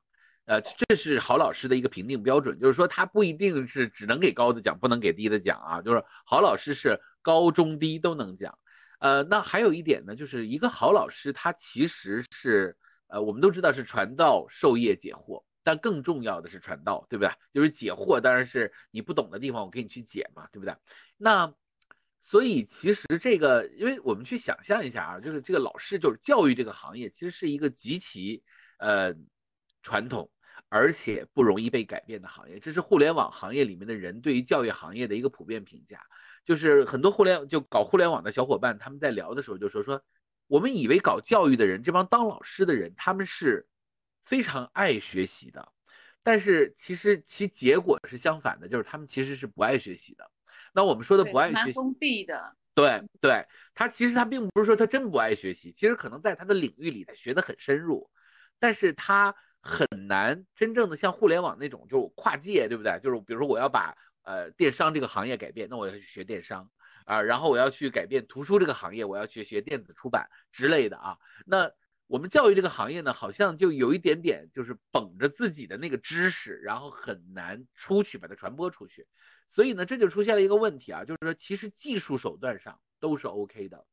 [SPEAKER 2] 呃，这是郝老师的一个评定标准，就是说他不一定是只能给高的讲，不能给低的讲啊。就是郝老师是高中低都能讲。呃，那还有一点呢，就是一个好老师，他其实是呃，我们都知道是传道授业解惑，但更重要的是传道，对不对？就是解惑，当然是你不懂的地方，我给你去解嘛，对不对？那所以其实这个，因为我们去想象一下啊，就是这个老师，就是教育这个行业，其实是一个极其呃传统。而且不容易被改变的行业，这是互联网行业里面的人对于教育行业的一个普遍评价。就是很多互联就搞互联网的小伙伴，他们在聊的时候就说说，我们以为搞教育的人，这帮当老师的人，他们是非常爱学习的，但是其实其结果是相反的，就是他们其实是不爱学习的。那我们说的不爱
[SPEAKER 3] 对
[SPEAKER 2] 学
[SPEAKER 3] 蛮
[SPEAKER 2] 习，
[SPEAKER 3] 封闭的，
[SPEAKER 2] 对对，他其实他并不是说他真不爱学习，其实可能在他的领域里他学得很深入，但是他很难真正的像互联网那种就是跨界，对不对？就是比如说我要把呃电商这个行业改变，那我要去学电商啊，然后我要去改变图书这个行业，我要去学电子出版之类的啊。那我们教育这个行业呢，好像就有一点点就是捧着自己的那个知识，然后很难出去把它传播出去。所以呢，这就出现了一个问题啊，就是说，其实技术手段上都是 OK 的，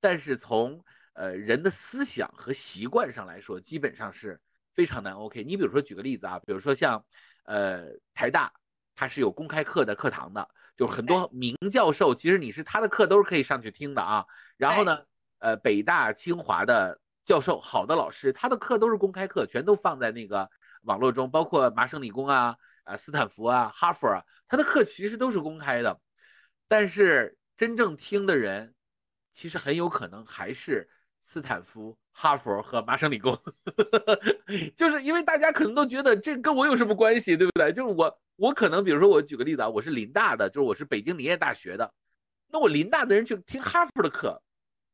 [SPEAKER 2] 但是从呃人的思想和习惯上来说，基本上是非常难 OK。你比如说举个例子啊，比如说像呃台大，它是有公开课的课堂的，就是很多名教授，其实你是他的课都是可以上去听的啊。然后呢，呃北大、清华的教授，好的老师，他的课都是公开课，全都放在那个网络中，包括麻省理工啊、啊斯坦福啊、哈佛啊，他的课其实都是公开的，但是真正听的人，其实很有可能还是斯坦福、哈佛和麻省理工， 就是因为大家可能都觉得这跟我有什么关系，对不对？就是我，我可能比如说我举个例子啊，我是林大的，就是我是北京林业大学的，那我林大的人去听哈佛的课，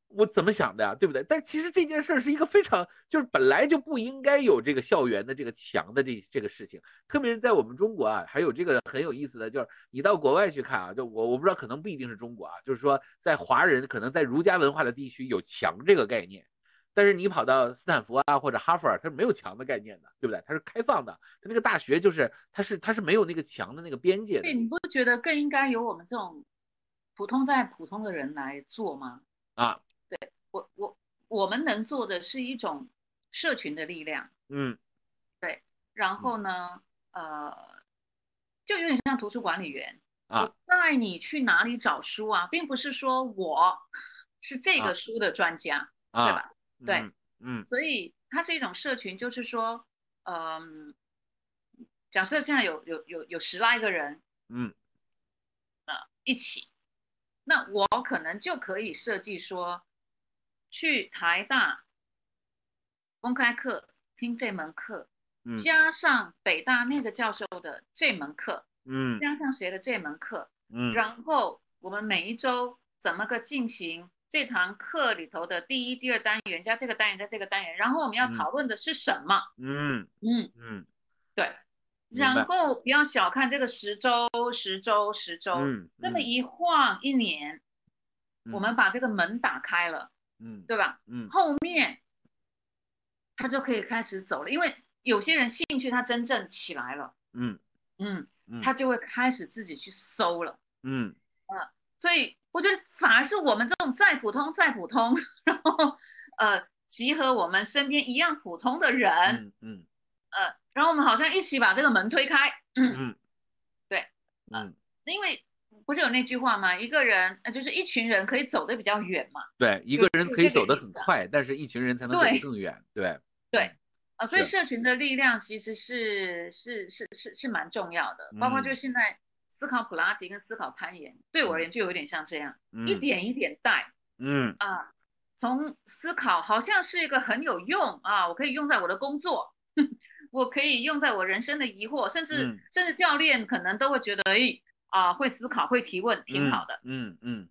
[SPEAKER 2] 我怎么想的呀、对不对？但其实这件事儿是一个非常，就是本来就不应该有这个校园的这个墙的这这个事情，特别是在我们中国啊，还有这个很有意思的，就是你到国外去看啊，就我我不知道，可能不一定是中国啊，就是说在华人可能在儒家文化的地区有墙这个概念，但是你跑到斯坦福啊或者哈佛啊，它是没有墙的概念的，对不对？它是开放的，它那个大学就是它是它是没有那个墙的那个边界的
[SPEAKER 3] 对，你不觉得更应该由我们这种普通在普通的人来做吗？
[SPEAKER 2] 啊，
[SPEAKER 3] 我我我们能做的是一种社群的力量，
[SPEAKER 2] 嗯
[SPEAKER 3] 然后呢，呃，就有点像图书管理员，
[SPEAKER 2] 啊
[SPEAKER 3] 我带你去哪里找书啊，并不是说我是这
[SPEAKER 2] 啊
[SPEAKER 3] 个书的专家，对
[SPEAKER 2] 啊
[SPEAKER 3] 吧，对
[SPEAKER 2] 嗯嗯
[SPEAKER 3] 所以它是一种社群，就是说，嗯、假设现在有有有有十来个人呃
[SPEAKER 2] 嗯
[SPEAKER 3] 一起，那我可能就可以设计说，去台大公开课听这门课，
[SPEAKER 2] 嗯
[SPEAKER 3] 加上北大那个教授的这门课，
[SPEAKER 2] 嗯
[SPEAKER 3] 加上谁的这门课，
[SPEAKER 2] 嗯
[SPEAKER 3] 然后我们每一周怎么个进行这堂课里头的第一、第二单元加这个单元加这个单元，然后我们要
[SPEAKER 2] 嗯
[SPEAKER 3] 讨论的是什么？
[SPEAKER 2] 嗯
[SPEAKER 3] 嗯，
[SPEAKER 2] 嗯
[SPEAKER 3] 对。
[SPEAKER 2] 明白
[SPEAKER 3] 然后不要小看这个十周、十周、十周，
[SPEAKER 2] 嗯，
[SPEAKER 3] 这么一晃一年，我
[SPEAKER 2] 嗯
[SPEAKER 3] 们把这个门打开了，
[SPEAKER 2] 嗯
[SPEAKER 3] 对吧？
[SPEAKER 2] 嗯
[SPEAKER 3] 后面他就可以开始走了，因为有些人兴趣他真正起来了，
[SPEAKER 2] 嗯
[SPEAKER 3] 嗯
[SPEAKER 2] 嗯，
[SPEAKER 3] 他就会开始自己去搜了。
[SPEAKER 2] 嗯
[SPEAKER 3] 所以我觉得反而是我们这种再普通再普通，然后呃集合我们身边一样普通的人，
[SPEAKER 2] 嗯嗯
[SPEAKER 3] 呃，然后我们好像一起把这个门推开，
[SPEAKER 2] 嗯，
[SPEAKER 3] 对，啊
[SPEAKER 2] 嗯
[SPEAKER 3] 因为不是有那句话吗？一个人呃就是一群人可以走得比较远嘛，
[SPEAKER 2] 对，一个人可以
[SPEAKER 3] 这个
[SPEAKER 2] 走得
[SPEAKER 3] 意
[SPEAKER 2] 很
[SPEAKER 3] 思啊
[SPEAKER 2] 快，但是一群人才能走得
[SPEAKER 3] 对
[SPEAKER 2] 更远，对，
[SPEAKER 3] 啊、所以
[SPEAKER 2] 是
[SPEAKER 3] 社群的力量其实是是是是是蛮重要的，包括就是
[SPEAKER 2] 嗯
[SPEAKER 3] 现在思考普拉提跟思考攀岩，对我而言就有点像这样，一
[SPEAKER 2] 嗯
[SPEAKER 3] 点一点带。
[SPEAKER 2] 嗯
[SPEAKER 3] 啊，从思考好像是一个很有用啊，我可以用在我的工作， 我可以用在我人生的疑惑，甚至、
[SPEAKER 2] 嗯
[SPEAKER 3] 甚至教练可能都会觉得，哎啊，会思考会提问挺好的。，
[SPEAKER 2] 嗯嗯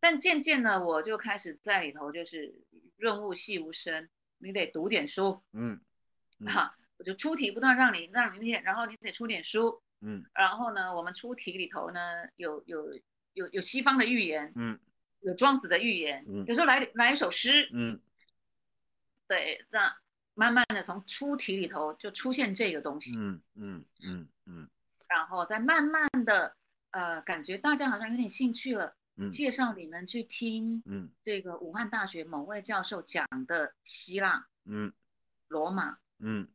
[SPEAKER 3] 但渐渐呢，我就开始在里头就是润物细无声，你得读点书
[SPEAKER 2] 嗯嗯
[SPEAKER 3] 哈、我就出题不断让你让你念，然后你得出点书，
[SPEAKER 2] 嗯
[SPEAKER 3] 然后呢，我们出题里头呢，有有有有西方的寓言，
[SPEAKER 2] 嗯
[SPEAKER 3] 有庄子的寓言，
[SPEAKER 2] 嗯
[SPEAKER 3] 有时候来来一首诗，
[SPEAKER 2] 嗯
[SPEAKER 3] 对，那慢慢的从出题里头就出现这个东西，
[SPEAKER 2] 嗯嗯嗯嗯
[SPEAKER 3] 然后再慢慢的呃，感觉大家好像有点兴趣了，
[SPEAKER 2] 嗯
[SPEAKER 3] 介绍你们去听
[SPEAKER 2] 嗯
[SPEAKER 3] 这个武汉大学某位教授讲的希腊、
[SPEAKER 2] 嗯
[SPEAKER 3] 罗马。
[SPEAKER 2] 嗯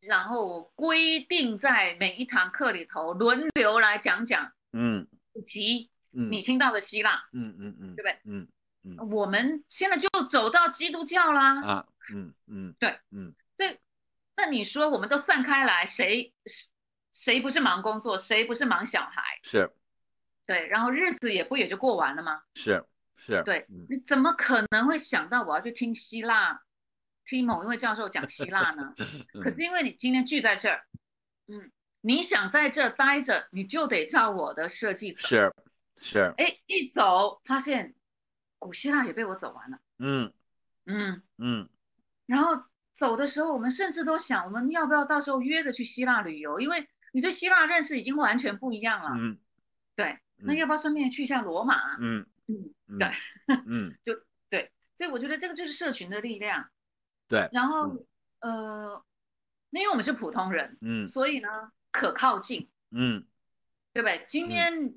[SPEAKER 3] 然后规定在每一堂课里头轮流来讲讲
[SPEAKER 2] 嗯
[SPEAKER 3] 以及
[SPEAKER 2] 嗯，
[SPEAKER 3] 你听到的希腊，
[SPEAKER 2] 嗯嗯嗯，
[SPEAKER 3] 对不对？
[SPEAKER 2] 嗯
[SPEAKER 3] 我们现在就走到基督教啦。
[SPEAKER 2] 啊嗯嗯嗯
[SPEAKER 3] 对，那你说我们都散开来，谁谁谁不是忙工作，谁不是忙小孩？
[SPEAKER 2] 是
[SPEAKER 3] 对，然后日子也不也就过完了吗？
[SPEAKER 2] 是是，
[SPEAKER 3] 对
[SPEAKER 2] 嗯
[SPEAKER 3] 你怎么可能会想到我要去听希腊，听某一位教授讲希腊 呢？可
[SPEAKER 2] 嗯
[SPEAKER 3] 是因为你今天聚在这儿，嗯，你想在这儿待着，你就得照我的设计走。
[SPEAKER 2] 是是
[SPEAKER 3] 哎，一走发现古希腊也被我走完了，
[SPEAKER 2] 嗯
[SPEAKER 3] 嗯，
[SPEAKER 2] 嗯
[SPEAKER 3] 然后走的时候，我们甚至都想，我们要不要到时候约着去希腊旅游？因为你对希腊认识已经完全不一样了，
[SPEAKER 2] 嗯
[SPEAKER 3] 对，那
[SPEAKER 2] 嗯
[SPEAKER 3] 要不要顺便去一下罗马？
[SPEAKER 2] 嗯
[SPEAKER 3] 嗯，
[SPEAKER 2] 嗯
[SPEAKER 3] 所以我觉得这个就是社群的力量。
[SPEAKER 2] 对
[SPEAKER 3] 然后，呃，那因为我们是普通人，
[SPEAKER 2] 嗯
[SPEAKER 3] 所以呢，可靠近，
[SPEAKER 2] 嗯
[SPEAKER 3] 对不对？今
[SPEAKER 2] 嗯
[SPEAKER 3] 天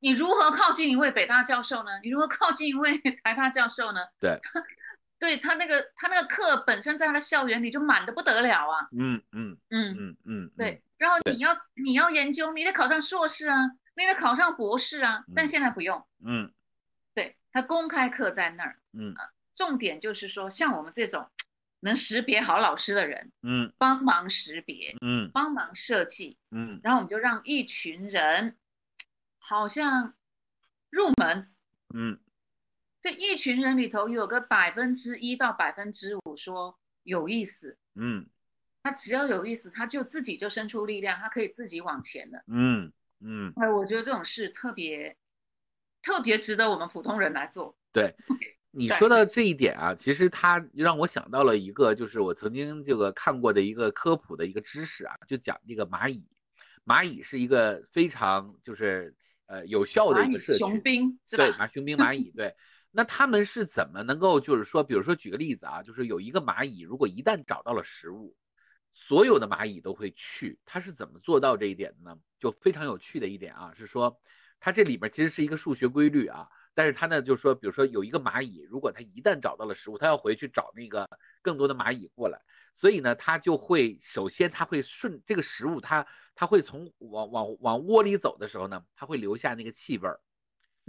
[SPEAKER 3] 你如何靠近一位北大教授呢？你如何靠近一位 台大教授呢？
[SPEAKER 2] 对
[SPEAKER 3] 他，对他那个他那个课本身在他的校园里就满的不得了啊，
[SPEAKER 2] 嗯嗯
[SPEAKER 3] 嗯，
[SPEAKER 2] 嗯嗯，
[SPEAKER 3] 对。然后
[SPEAKER 2] 对
[SPEAKER 3] 你要你要研究，你得考上硕士啊，你得考上博士啊，但
[SPEAKER 2] 嗯
[SPEAKER 3] 现在不用，
[SPEAKER 2] 嗯
[SPEAKER 3] 对他公开课在那儿，
[SPEAKER 2] 嗯
[SPEAKER 3] 重点就是说，像我们这种能识别好老师的人，
[SPEAKER 2] 嗯
[SPEAKER 3] 帮忙识别，
[SPEAKER 2] 嗯
[SPEAKER 3] 帮忙设计，
[SPEAKER 2] 嗯
[SPEAKER 3] 然后我们就让一群人好像入门，
[SPEAKER 2] 嗯
[SPEAKER 3] 这一群人里头有个百分之一到百分之五说有意思，
[SPEAKER 2] 嗯
[SPEAKER 3] 他只要有意思，他就自己就生出力量，他可以自己往前的。
[SPEAKER 2] 嗯嗯，
[SPEAKER 3] 哎，我觉得这种事特别特别值得我们普通人来做。
[SPEAKER 2] 你
[SPEAKER 3] 对
[SPEAKER 2] 说到这一点啊，其实它让我想到了一个，就是我曾经这个看过的一个科普的一个知识啊，就讲这个蚂蚁，蚂蚁是一个非常就是呃有效的
[SPEAKER 3] 蚂
[SPEAKER 2] 一个
[SPEAKER 3] 蚁
[SPEAKER 2] 社群，
[SPEAKER 3] 雄兵是
[SPEAKER 2] 对，
[SPEAKER 3] 吧？
[SPEAKER 2] 蚂雄兵蚂蚁，对。那他们是怎么能够就是说，比如说举个例子啊，就是有一个蚂蚁，如果一旦找到了食物，所有的蚂蚁都会去，它是怎么做到这一点的呢？就非常有趣的一点啊，是说它这里面其实是一个数学规律啊，但是它呢就是说，比如说有一个蚂蚁，如果它一旦找到了食物，它要回去找那个更多的蚂蚁过来，所以呢，它就会首先它会顺这个食物它，它会从往往往窝里走的时候呢，它会留下那个气味儿。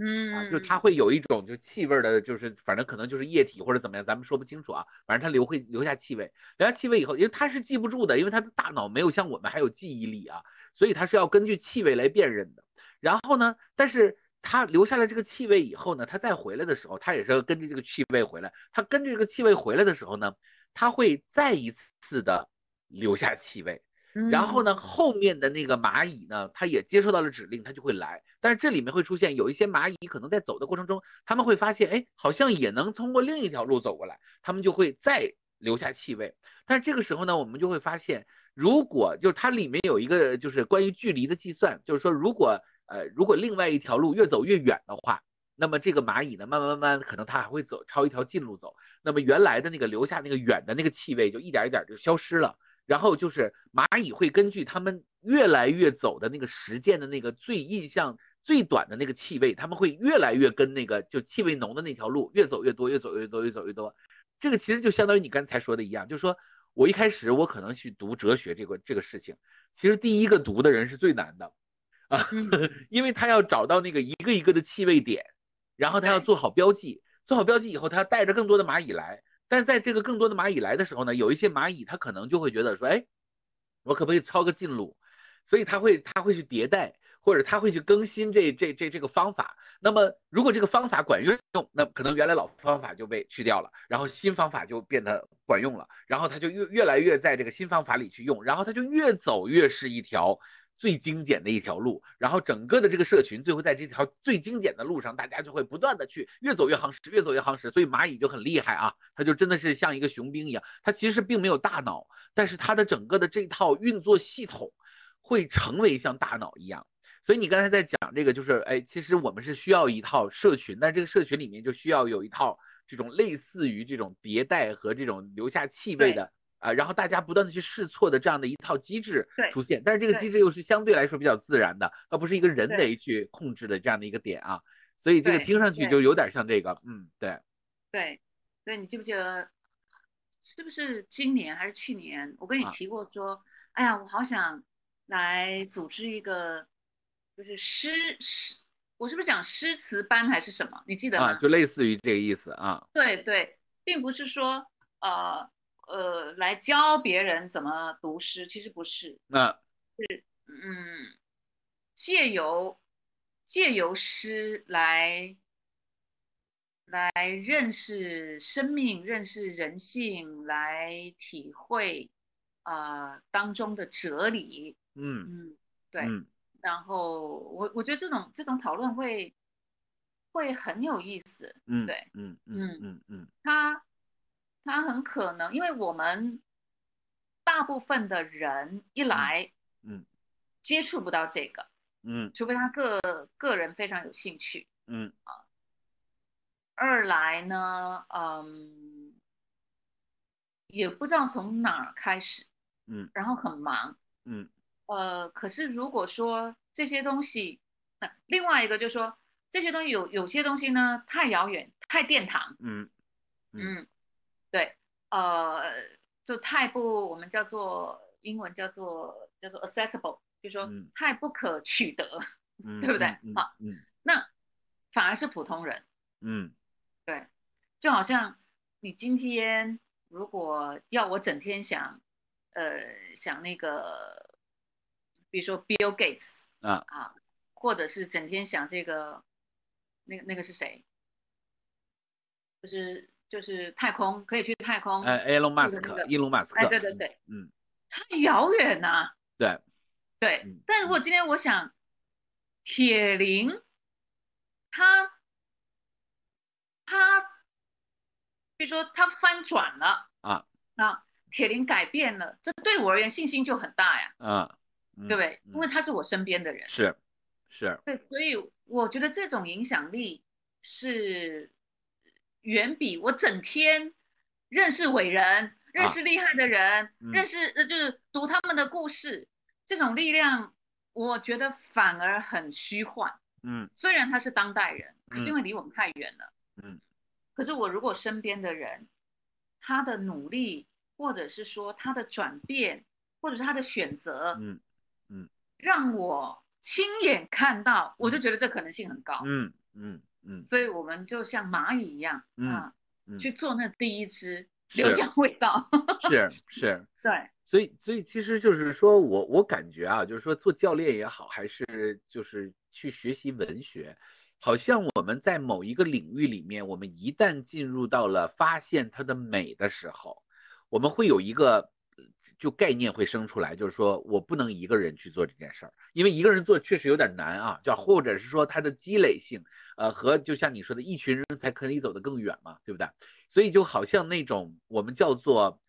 [SPEAKER 2] 啊，
[SPEAKER 3] 嗯，
[SPEAKER 2] 就它会有一种就气味儿的，就是反正可能就是液体或者怎么样，咱们说不清楚啊。反正它留会留下气味，留下气味以后，因为它是记不住的，因为它的大脑没有像我们还有记忆力啊，所以它是要根据气味来辨认的。然后呢，但是它留下了这个气味以后呢，它再回来的时候，它也是要根据这个气味回来。它根据这个气味回来的时候呢，它会再一次的留下气味。然后
[SPEAKER 3] 嗯
[SPEAKER 2] 呢，后面的那个蚂蚁呢，它也接收到了指令，它就会来。但是这里面会出现有一些蚂蚁，可能在走的过程中，他们会发现，哎，好像也能通过另一条路走过来，他们就会再留下气味。但是这个时候呢，我们就会发现，如果就是它里面有一个就是关于距离的计算，就是说如果呃如果另外一条路越走越远的话，那么这个蚂蚁呢，慢慢慢慢可能它还会走抄一条近路走，那么原来的那个留下那个远的那个气味就一点一点就消失了。然后就是蚂蚁会根据它们越来越走的那个实践的那个最印象最短的那个气味，它们会越来越跟那个就气味浓的那条路越走越多，越走越多，越走越多。这个其实就相当于你刚才说的一样，就是说我一开始我可能去读哲学这个这个事情，其实第一个读的人是最难的啊， 因为他要找到那个一个一个的气味点，然后他要
[SPEAKER 3] 对
[SPEAKER 2] 做好标记，做好标记以后，他要带着更多的蚂蚁来。但是在这个更多的蚂蚁来的时候呢，有一些蚂蚁它可能就会觉得说，哎，我可不可以抄个近路？所以它会它会去迭代，或者它会去更新这这这这个方法。那么如果这个方法管用，那可能原来老方法就被去掉了，然后新方法就变得管用了，然后它就越越来越在这个新方法里去用，然后它就越走越是一条。最精简的一条路，然后整个的这个社群最后在这条最精简的路上，大家就会不断的去越走越夯实，越走越夯实。所以蚂蚁就很厉害啊，它就真的是像一个雄兵一样，它其实并没有大脑，但是它的整个的这套运作系统会成为像大脑一样。所以你刚才在讲这个，就是哎，其实我们是需要一套社群，但这个社群里面就需要有一套这种类似于这种迭代和这种留下气味的啊、然后大家不断的去试错的这样的一套机制
[SPEAKER 3] 对
[SPEAKER 2] 出现。但是这个
[SPEAKER 3] 对
[SPEAKER 2] 机制又是相对来说比较自然的，而不是一个人
[SPEAKER 3] 对
[SPEAKER 2] 为去控制的这样的一个点啊。所以这个
[SPEAKER 3] 对
[SPEAKER 2] 听上去
[SPEAKER 3] 对
[SPEAKER 2] 就有点像这个，嗯，对，
[SPEAKER 3] 对，对你记不记得，是不是今年还是去年，我跟你
[SPEAKER 2] 啊
[SPEAKER 3] 提过说，哎呀，我好想来组织一个，就是诗诗，我是不是讲诗词班还是什么？你记得
[SPEAKER 2] 啊，
[SPEAKER 3] 吗？
[SPEAKER 2] 就类似于这个意思啊。
[SPEAKER 3] 对对，并不是说呃呃来教别人怎么读诗，其实不是，
[SPEAKER 2] 那
[SPEAKER 3] 嗯，借由借由诗来来认识生命，认识人性，来体会呃当中的哲理。
[SPEAKER 2] 嗯
[SPEAKER 3] 嗯，对。
[SPEAKER 2] 嗯
[SPEAKER 3] 然后我我觉得这种这种讨论会会很有意思，
[SPEAKER 2] 嗯，
[SPEAKER 3] 对，
[SPEAKER 2] 嗯嗯
[SPEAKER 3] 嗯
[SPEAKER 2] 嗯嗯
[SPEAKER 3] 它它很可能，因为我们大部分的人一来，
[SPEAKER 2] 嗯
[SPEAKER 3] 接触不到这个。
[SPEAKER 2] 嗯
[SPEAKER 3] 除非他个个人非常有兴趣。
[SPEAKER 2] 嗯
[SPEAKER 3] 二来呢，嗯，也不知道从哪儿开始，
[SPEAKER 2] 嗯
[SPEAKER 3] 然后很忙，
[SPEAKER 2] 嗯，
[SPEAKER 3] 呃，可是如果说这些东西，呃另外一个就是说这些东西有有些东西呢太遥远，太殿堂，
[SPEAKER 2] 嗯嗯
[SPEAKER 3] 嗯，对，呃，就太不我们叫做英文叫做叫做 accessible，就是说
[SPEAKER 2] 嗯
[SPEAKER 3] 太不可取得，
[SPEAKER 2] 嗯，
[SPEAKER 3] 对不对
[SPEAKER 2] 嗯
[SPEAKER 3] 好
[SPEAKER 2] 嗯
[SPEAKER 3] 那反而是普通人。
[SPEAKER 2] 嗯
[SPEAKER 3] 就好像你今天如果要我整天想，呃，想那个，比如说 Bill Gates
[SPEAKER 2] 啊
[SPEAKER 3] 啊，或者是整天想这个，那个那个是谁？就是就是太空可以去太空，
[SPEAKER 2] 嗯，哎，Elon
[SPEAKER 3] 那哦个那
[SPEAKER 2] Musk，
[SPEAKER 3] 个
[SPEAKER 2] 伊隆马斯克，
[SPEAKER 3] 哎对对对，
[SPEAKER 2] 嗯，
[SPEAKER 3] 太遥远呐、
[SPEAKER 2] 对，
[SPEAKER 3] 对
[SPEAKER 2] 嗯，
[SPEAKER 3] 但如果今天我想，铁林，他他，比如说他翻转了
[SPEAKER 2] 啊
[SPEAKER 3] 啊，铁林改变了，这对我而言信心就很大呀，
[SPEAKER 2] 啊，
[SPEAKER 3] 对
[SPEAKER 2] 对
[SPEAKER 3] 不对？因为他是我身边的人，
[SPEAKER 2] 是是，
[SPEAKER 3] 对，所以我觉得这种影响力是远比我整天认识伟人、认识厉害的人、
[SPEAKER 2] 啊嗯
[SPEAKER 3] 认识呃就是读他们的故事，这种力量，我觉得反而很虚幻。
[SPEAKER 2] 嗯
[SPEAKER 3] 虽然他是当代人，可
[SPEAKER 2] 嗯
[SPEAKER 3] 是因为离我们太远了，
[SPEAKER 2] 嗯，
[SPEAKER 3] 可是我如果身边的人，他的努力，或者是说他的转变，或者是他的选择，
[SPEAKER 2] 嗯
[SPEAKER 3] 让我亲眼看到，我就
[SPEAKER 2] 嗯
[SPEAKER 3] 觉得这可能性很高。
[SPEAKER 2] 嗯嗯嗯，
[SPEAKER 3] 所以我们就像蚂蚁一样、
[SPEAKER 2] 嗯
[SPEAKER 3] 啊
[SPEAKER 2] 嗯，
[SPEAKER 3] 去做那第一只，
[SPEAKER 2] 是
[SPEAKER 3] 留下味道。
[SPEAKER 2] 是是，
[SPEAKER 3] 对，
[SPEAKER 2] 所以，所以其实就是说我我感觉啊，就是说做教练也好，还是就是去学习文学，好像我们在某一个领域里面，我们一旦进入到了发现它的美的时候，我们会有一个呃就概念会生出来，就是说我不能一个人去做这件事儿，因为一个人做确实有点难啊，就或者是说它的积累性，呃，和就像你说的，一群人才可以走得更远嘛，对不对？所以就好像那种我们叫做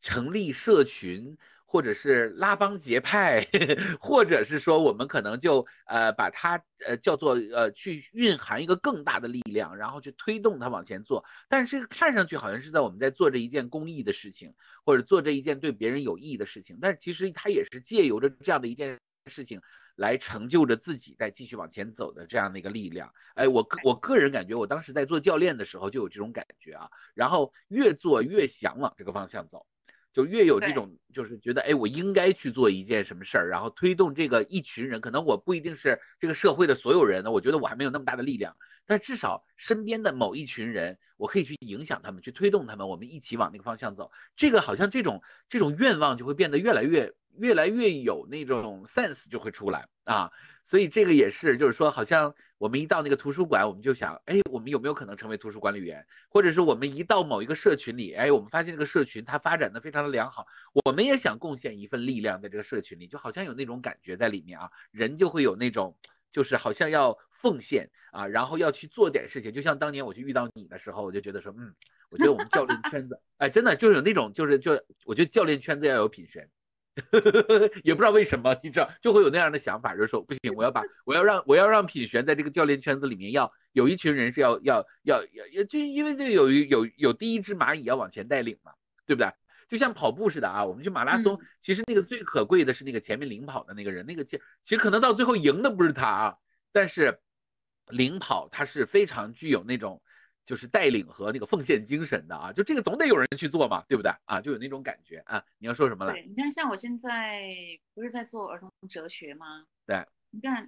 [SPEAKER 2] 成立社群，或者是拉帮结派， 或者是说我们可能就呃把它呃叫做呃去蕴含一个更大的力量，然后去推动它往前做。但是这个看上去好像是在我们在做着一件公益的事情，或者做着一件对别人有意义的事情，但是其实它也是借由着这样的一件事情。来成就着自己，再继续往前走的这样的一个力量。哎，我个我个人感觉，我当时在做教练的时候就有这种感觉啊，然后越做越想往这个方向走，就越有这
[SPEAKER 3] 对
[SPEAKER 2] 种就是觉得，哎，我应该去做一件什么事儿，然后推动这个一群人。可能我不一定是这个社会的所有人呢，我觉得我还没有那么大的力量，但至少身边的某一群人，我可以去影响他们，去推动他们，我们一起往那个方向走。这个好像这种这种愿望就会变得越来越越来越有那种 sense 就会出来啊，所以这个也是，就是说好像我们一到那个图书馆，我们就想，哎，我们有没有可能成为图书管理员？或者是我们一到某一个社群里，哎，我们发现这个社群它发展的非常的良好，我们也想贡献一份力量在这个社群里，就好像有那种感觉在里面啊，人就会有那种就是好像要奉献啊，然后要去做点事情。就像当年我去遇到你的时候，我就觉得说，嗯， 我觉得我们教练圈子，哎，真的就是有那种就是就我觉得教练圈子要有品学。 也不知道为什么，你知道就会有那样的想法，就是说不行，我要把我要让我要让品璇在这个教练圈子里面要有一群人是要要要要要，就因为这有有有第一只蚂蚁要往前带领嘛，对不对？就像跑步似的啊，我们去马拉松，
[SPEAKER 3] 嗯
[SPEAKER 2] 其实那个最可贵的是那个前面领跑的那个人，那个其其实可能到最后赢的不是他啊，但是领跑他是非常具有那种就是带领和那个奉献精神的啊，就这个总得有人去做嘛，对不对啊？就有那种感觉啊。你要说什么了？
[SPEAKER 3] 对，你看，像我现在不是在做儿童哲学吗？
[SPEAKER 2] 对，
[SPEAKER 3] 你看，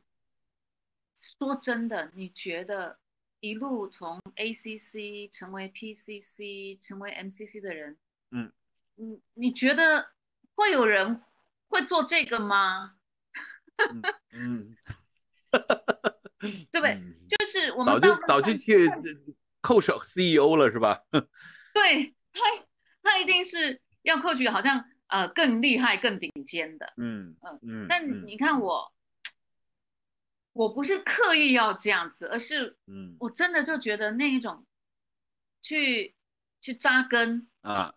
[SPEAKER 3] 说真的，你觉得一路从 ACC 成为 PCC 成为 MCC 的人，
[SPEAKER 2] 嗯
[SPEAKER 3] 嗯，你觉得会有人会做这个吗？
[SPEAKER 2] 嗯，
[SPEAKER 3] 对不对？
[SPEAKER 2] 嗯
[SPEAKER 3] 就是我
[SPEAKER 2] 早
[SPEAKER 3] 们大
[SPEAKER 2] 就
[SPEAKER 3] 部分
[SPEAKER 2] 早就
[SPEAKER 3] 看
[SPEAKER 2] 去嗯
[SPEAKER 3] 看
[SPEAKER 2] 扣手 CEO E 了是吧？
[SPEAKER 3] 对他，他一定是要扣取好像呃更厉害、更顶尖的。
[SPEAKER 2] 嗯嗯
[SPEAKER 3] 但你看我，我不是刻意要这样子，而是
[SPEAKER 2] 嗯
[SPEAKER 3] 我真的就觉得那一种去去扎根
[SPEAKER 2] 啊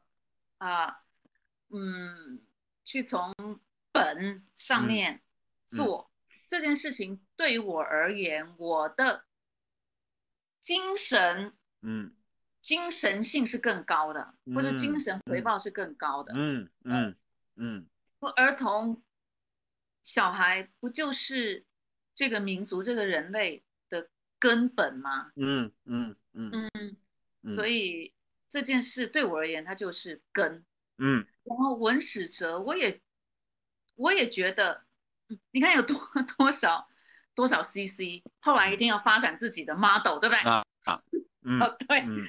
[SPEAKER 3] 啊、嗯，去从本上
[SPEAKER 2] 嗯
[SPEAKER 3] 面做、这件事情，对于我而言，我的精神
[SPEAKER 2] 嗯
[SPEAKER 3] 精神性是更高的，或者精
[SPEAKER 2] 嗯
[SPEAKER 3] 神回
[SPEAKER 2] 嗯
[SPEAKER 3] 报是更高的。
[SPEAKER 2] 嗯嗯嗯
[SPEAKER 3] 说儿童、小孩不就是这个民族、这个人类的根本吗？
[SPEAKER 2] 嗯嗯嗯
[SPEAKER 3] 嗯，
[SPEAKER 2] 嗯，
[SPEAKER 3] 所
[SPEAKER 2] 以
[SPEAKER 3] 以这件事对我而言，它就是根。
[SPEAKER 2] 嗯
[SPEAKER 3] 然后文史哲，我也我也觉得，嗯你看有多 多少多少 CC，后来一定要发展自己的 model，对不对？
[SPEAKER 2] 啊嗯
[SPEAKER 3] 哦， 对，
[SPEAKER 2] 嗯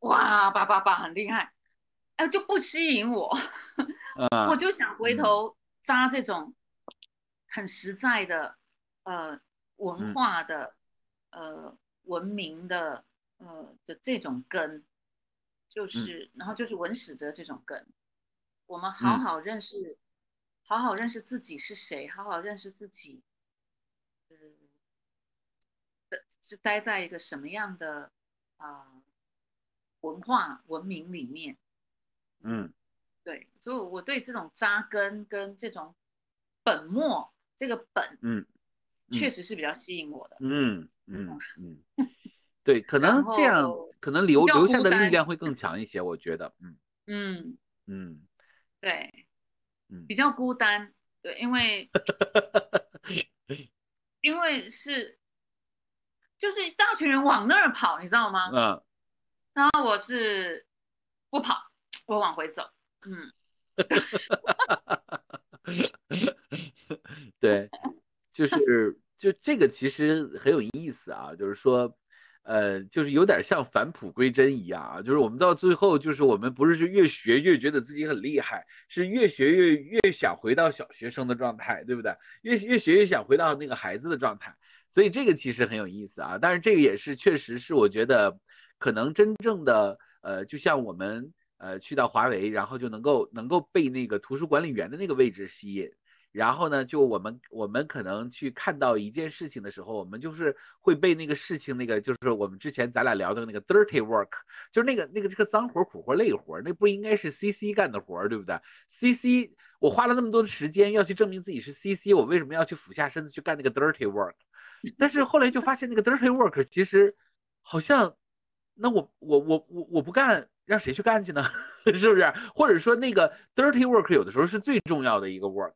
[SPEAKER 3] 哇，八八八很厉害，哎，就不吸引我。
[SPEAKER 2] 啊
[SPEAKER 3] 我就想回
[SPEAKER 2] 嗯
[SPEAKER 3] 头扎这种很实在的，呃，文
[SPEAKER 2] 嗯
[SPEAKER 3] 化的，呃，文明的，呃的这种根，
[SPEAKER 2] 嗯
[SPEAKER 3] 就是，然后就是文史哲这种根，我们好
[SPEAKER 2] 嗯
[SPEAKER 3] 好认识，好好认识自己是谁，好好认识自己，嗯、的是待在一个什么样的啊、文化文明里面。
[SPEAKER 2] 嗯
[SPEAKER 3] 对，所以我对这种扎根跟这种本末这个本，
[SPEAKER 2] 嗯，
[SPEAKER 3] 确
[SPEAKER 2] 嗯
[SPEAKER 3] 实是比较吸引我的。
[SPEAKER 2] 嗯嗯嗯， 对，可能这
[SPEAKER 3] 然
[SPEAKER 2] 样
[SPEAKER 3] 后
[SPEAKER 2] 可能留
[SPEAKER 3] 比较
[SPEAKER 2] 留下
[SPEAKER 3] 孤
[SPEAKER 2] 的力
[SPEAKER 3] 单
[SPEAKER 2] 量会更强一些，我觉得，嗯
[SPEAKER 3] 嗯，
[SPEAKER 2] 嗯
[SPEAKER 3] 对，
[SPEAKER 2] 嗯
[SPEAKER 3] 比较孤单，对，因 为因为是就是一大群人往那儿跑，你知道吗？
[SPEAKER 2] 啊。
[SPEAKER 3] 然后我是不跑，我往回走。嗯，
[SPEAKER 2] 对，就是就这个其实很有意思啊，就是说，呃，就是有点像返璞归真一样啊，就是我们到最后，就是我们不是是越学越觉得自己很厉害，是越学越越想回到小学生的状态，对不对？越越学越想回到那个孩子的状态，所以这个其实很有意思啊。但是这个也是确实是我觉得可能真正的呃，就像我们呃去到华为，然后就能够能够被那个图书管理员的那个位置吸引，然后呢，就我们我们可能去看到一件事情的时候，我们就是会被那个事情那个就是我们之前咱俩聊的那个 dirty work，就是那个那个这个脏活儿苦活儿累活儿，那不应该是 CC 干的活儿，对不对？CC 我花了那么多的时间要去证明自己是 CC，我为什么要去俯下身子去干那个 dirty work？但是后来就发现那个 dirty work 其实好像，那我我我我我不干，让谁去干去呢？ 是不是？或者说那个 dirty work 有的时候是最重要的一个 work。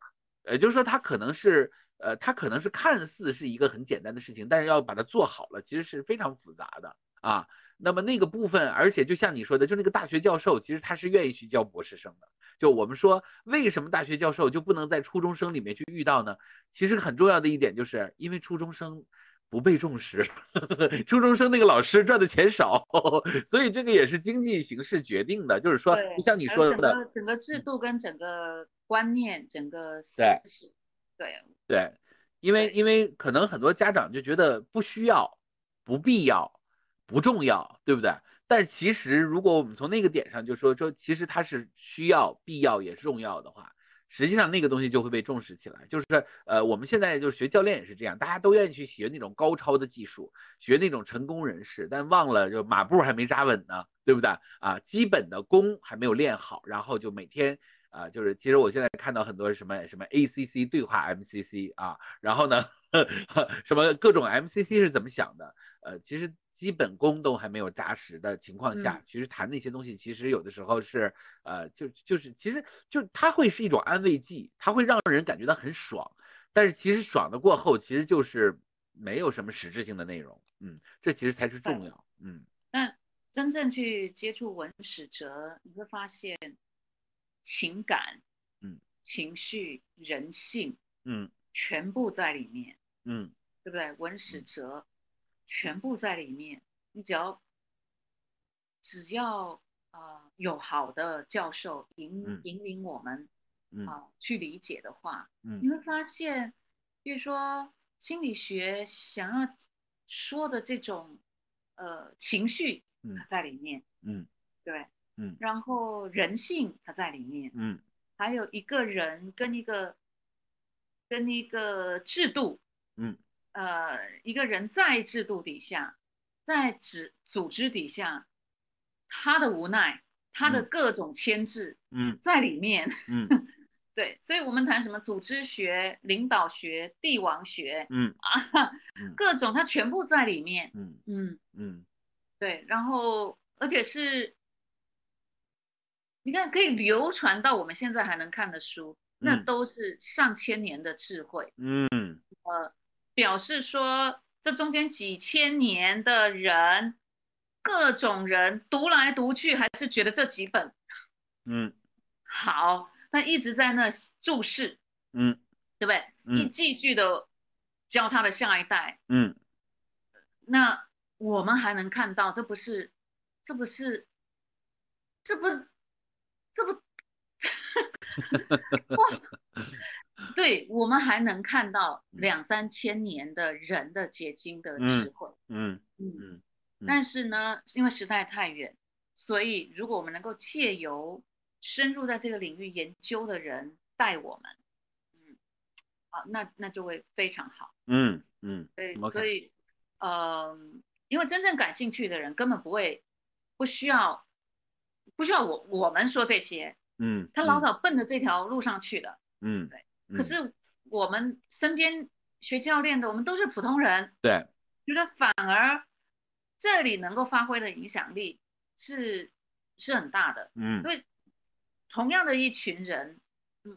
[SPEAKER 2] 也就是说，它可能是呃，它可能是看似是一个很简单的事情，但是要把它做好了，其实是非常复杂的啊。那么那个部分，而且就像你说的，就那个大学教授，其实他是愿意去教博士生的。就我们说，为什么大学教授就不能在初中生里面去遇到呢？其实很重要的一点，就是因为初中生不被重视， 初中生那个老师赚的钱少， 所以这个也是经济形势决定的。就是说，
[SPEAKER 3] 对
[SPEAKER 2] 就像你
[SPEAKER 3] 还
[SPEAKER 2] 说
[SPEAKER 3] 有
[SPEAKER 2] 的嗯
[SPEAKER 3] 整，个整个制度跟整个观念、整个思
[SPEAKER 2] 对
[SPEAKER 3] 想，对，
[SPEAKER 2] 对，因为因为可能很多家长就觉得不需要、不必要、不重要，对不对？但其实如果我们从那个点上就说说，其实它是需要、必要也是重要的话，实际上那个东西就会被重视起来。就是呃，我们现在就是学教练也是这样，大家都愿意去学那种高超的技术，学那种成功人士，但忘了就马步还没扎稳呢，对不对？啊，基本的功还没有练好，然后就每天啊，就是其实我现在看到很多什么什么 ACC 对话 MCC 啊，然后呢， 什么各种 MCC 是怎么想的？呃，其实基本功都还没有扎实的情况下，其实谈那些东西，其实有的时候是呃，就就是其实就它会是一种安慰剂，它会让人感觉到很爽，但是其实爽的过后，其实就是没有什么实质性的内容。嗯，这其实才是重要。嗯，
[SPEAKER 3] 但真正去接触文史哲，你会发现情感、
[SPEAKER 2] 嗯、
[SPEAKER 3] 情绪、人性
[SPEAKER 2] 嗯
[SPEAKER 3] 全部在里面，
[SPEAKER 2] 嗯
[SPEAKER 3] 对不对？文史哲全部在里面，你只要只要呃有好的教授
[SPEAKER 2] 嗯
[SPEAKER 3] 引引领我们
[SPEAKER 2] 嗯
[SPEAKER 3] 啊、去理解的话，你
[SPEAKER 2] 嗯
[SPEAKER 3] 会发现，比如说心理学想要说的这种呃情绪，啊
[SPEAKER 2] 嗯
[SPEAKER 3] 它在里面，
[SPEAKER 2] 嗯
[SPEAKER 3] 对，
[SPEAKER 2] 嗯
[SPEAKER 3] 然后人性它在里面，
[SPEAKER 2] 嗯
[SPEAKER 3] 还有一个人跟一个跟一个制度，
[SPEAKER 2] 嗯，
[SPEAKER 3] 呃，一个人在制度底下，在指组织底下，他的无奈，他的
[SPEAKER 2] 嗯
[SPEAKER 3] 各种牵制
[SPEAKER 2] 嗯
[SPEAKER 3] 在里面。
[SPEAKER 2] 嗯
[SPEAKER 3] 对，所以我们谈什么组织学、领导学、帝王学
[SPEAKER 2] 嗯
[SPEAKER 3] 啊
[SPEAKER 2] 嗯，
[SPEAKER 3] 各种它全部在里面。
[SPEAKER 2] 嗯
[SPEAKER 3] 嗯，
[SPEAKER 2] 嗯
[SPEAKER 3] 对，然后而且是，你看可以流传到我们现在还能看的书，那
[SPEAKER 2] 嗯
[SPEAKER 3] 都是上千年的智慧，
[SPEAKER 2] 嗯
[SPEAKER 3] 表示说这中间几千年的人，各种人读来读去，还是觉得这几本
[SPEAKER 2] 嗯
[SPEAKER 3] 好，那一直在那注释。
[SPEAKER 2] 嗯
[SPEAKER 3] 对不对？一
[SPEAKER 2] 嗯
[SPEAKER 3] 继续的教他的下一代，
[SPEAKER 2] 嗯
[SPEAKER 3] 那我们还能看到，这不是，这不是，这不，这不， 对我们还能看到
[SPEAKER 2] 嗯
[SPEAKER 3] 两三千年的人的结晶的智慧。
[SPEAKER 2] 嗯
[SPEAKER 3] 嗯，
[SPEAKER 2] 嗯
[SPEAKER 3] 但是呢，因为时代太远，所以如果我们能够借由深入在这个领域研究的人带我们，嗯，好，那那就会非常好。
[SPEAKER 2] 嗯嗯
[SPEAKER 3] 对，
[SPEAKER 2] OK
[SPEAKER 3] 所以，嗯、因为真正感兴趣的人根本不会，不需要，不需要我我们说这些，
[SPEAKER 2] 嗯，
[SPEAKER 3] 他老早奔着这条路上去的。
[SPEAKER 2] 嗯，
[SPEAKER 3] 可是我们身边学教练的，我们都是普通人，
[SPEAKER 2] 对，
[SPEAKER 3] 觉得反而这里能够发挥的影响力是是很大的，
[SPEAKER 2] 嗯
[SPEAKER 3] 因为同样的一群人，嗯，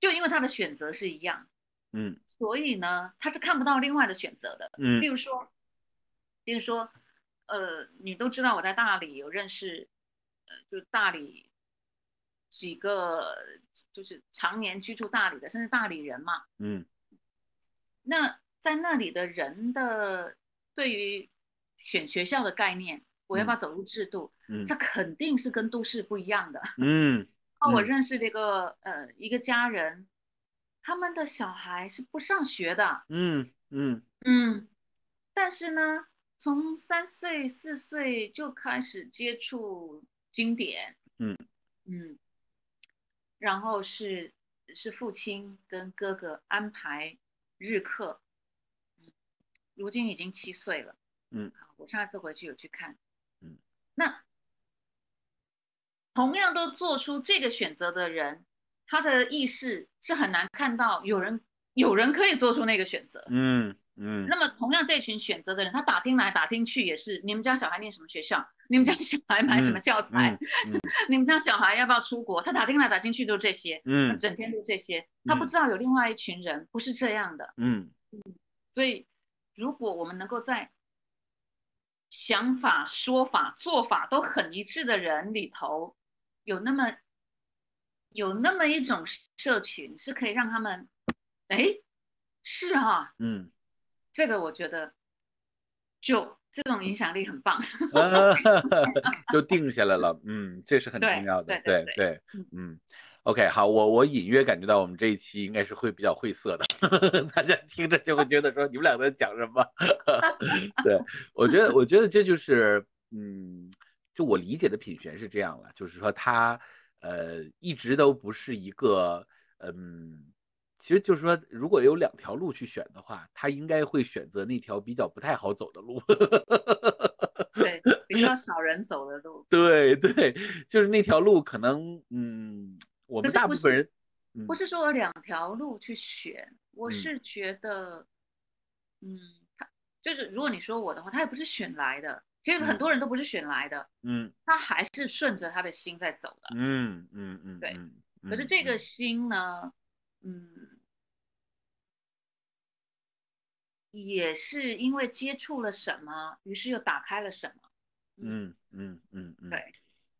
[SPEAKER 3] 就因为他的选择是一样，
[SPEAKER 2] 嗯
[SPEAKER 3] 所以呢，他是看不到另外的选择的。比
[SPEAKER 2] 嗯
[SPEAKER 3] 如说，比如说，呃，你都知道我在大理有认识，呃，就大理几个就是常年居住大理的，甚至大理人嘛。
[SPEAKER 2] 嗯
[SPEAKER 3] 那在那里的人的对于选学校的概念，我要不要走入制度，
[SPEAKER 2] 嗯
[SPEAKER 3] 这肯定是跟都市不一样的。
[SPEAKER 2] 嗯
[SPEAKER 3] 那我
[SPEAKER 2] 嗯
[SPEAKER 3] 认识这个呃一个家人，他们的小孩是不上学的。
[SPEAKER 2] 嗯嗯
[SPEAKER 3] 嗯，但是呢，从三岁四岁就开始接触经典，
[SPEAKER 2] 嗯
[SPEAKER 3] 嗯，然后是是父亲跟哥哥安排日课，嗯如今已经七岁了，
[SPEAKER 2] 嗯
[SPEAKER 3] 啊，我上次回去有去看，
[SPEAKER 2] 嗯，
[SPEAKER 3] 那同样都做出这个选择的人，他的意识是很难看到有人有人可以做出那个选择，
[SPEAKER 2] 嗯嗯
[SPEAKER 3] 那么同样这群选择的人，他打听来打听去也是，你们家小孩念什么学校？你们家小孩买什么教材？
[SPEAKER 2] 嗯
[SPEAKER 3] 你们家小孩要不要出国？他打听来打听去就这些，他
[SPEAKER 2] 嗯
[SPEAKER 3] 整天就这些，他不知道有另外一群人不是这样的。
[SPEAKER 2] 嗯
[SPEAKER 3] 所以，如果我们能够在想法、说法、做法都很一致的人里头，有那么有那么一种社群，是可以让他们，哎，是哈、
[SPEAKER 2] 嗯
[SPEAKER 3] 这个我觉得就这种影响力很棒。
[SPEAKER 2] 啊， 就定下来了。嗯，这是很重要的。对对，嗯，OK，好，我我隐约感觉到我们这一期应该是会比较晦涩的， 大家听着就会觉得说你们俩在讲什么。 对，我觉得我觉得这就是，嗯，就我理解的品学是这样了，就是说它，呃，一直都不是一个，嗯。其实就是说，如果有两条路去选的话，他应该会选择那条比较不太好走的路。
[SPEAKER 3] 对， 比较少人走的路。
[SPEAKER 2] 对对，就是那条路可能，嗯，我
[SPEAKER 3] 可
[SPEAKER 2] 们
[SPEAKER 3] 是
[SPEAKER 2] 大
[SPEAKER 3] 不
[SPEAKER 2] 部
[SPEAKER 3] 是
[SPEAKER 2] 分人，嗯
[SPEAKER 3] 不是说有两条路去选，
[SPEAKER 2] 嗯
[SPEAKER 3] 我是觉得，嗯，他就是如果你说我的话，他也不是选来的，其实很
[SPEAKER 2] 嗯
[SPEAKER 3] 多人都不是选来的，
[SPEAKER 2] 嗯
[SPEAKER 3] 他还是顺着他的心在走的。
[SPEAKER 2] 嗯嗯嗯，
[SPEAKER 3] 对
[SPEAKER 2] 嗯。
[SPEAKER 3] 可是
[SPEAKER 2] 嗯
[SPEAKER 3] 这个
[SPEAKER 2] 嗯
[SPEAKER 3] 心呢，嗯，也是因为接触了什么，于是又打开了什么。
[SPEAKER 2] 嗯嗯嗯嗯，
[SPEAKER 3] 对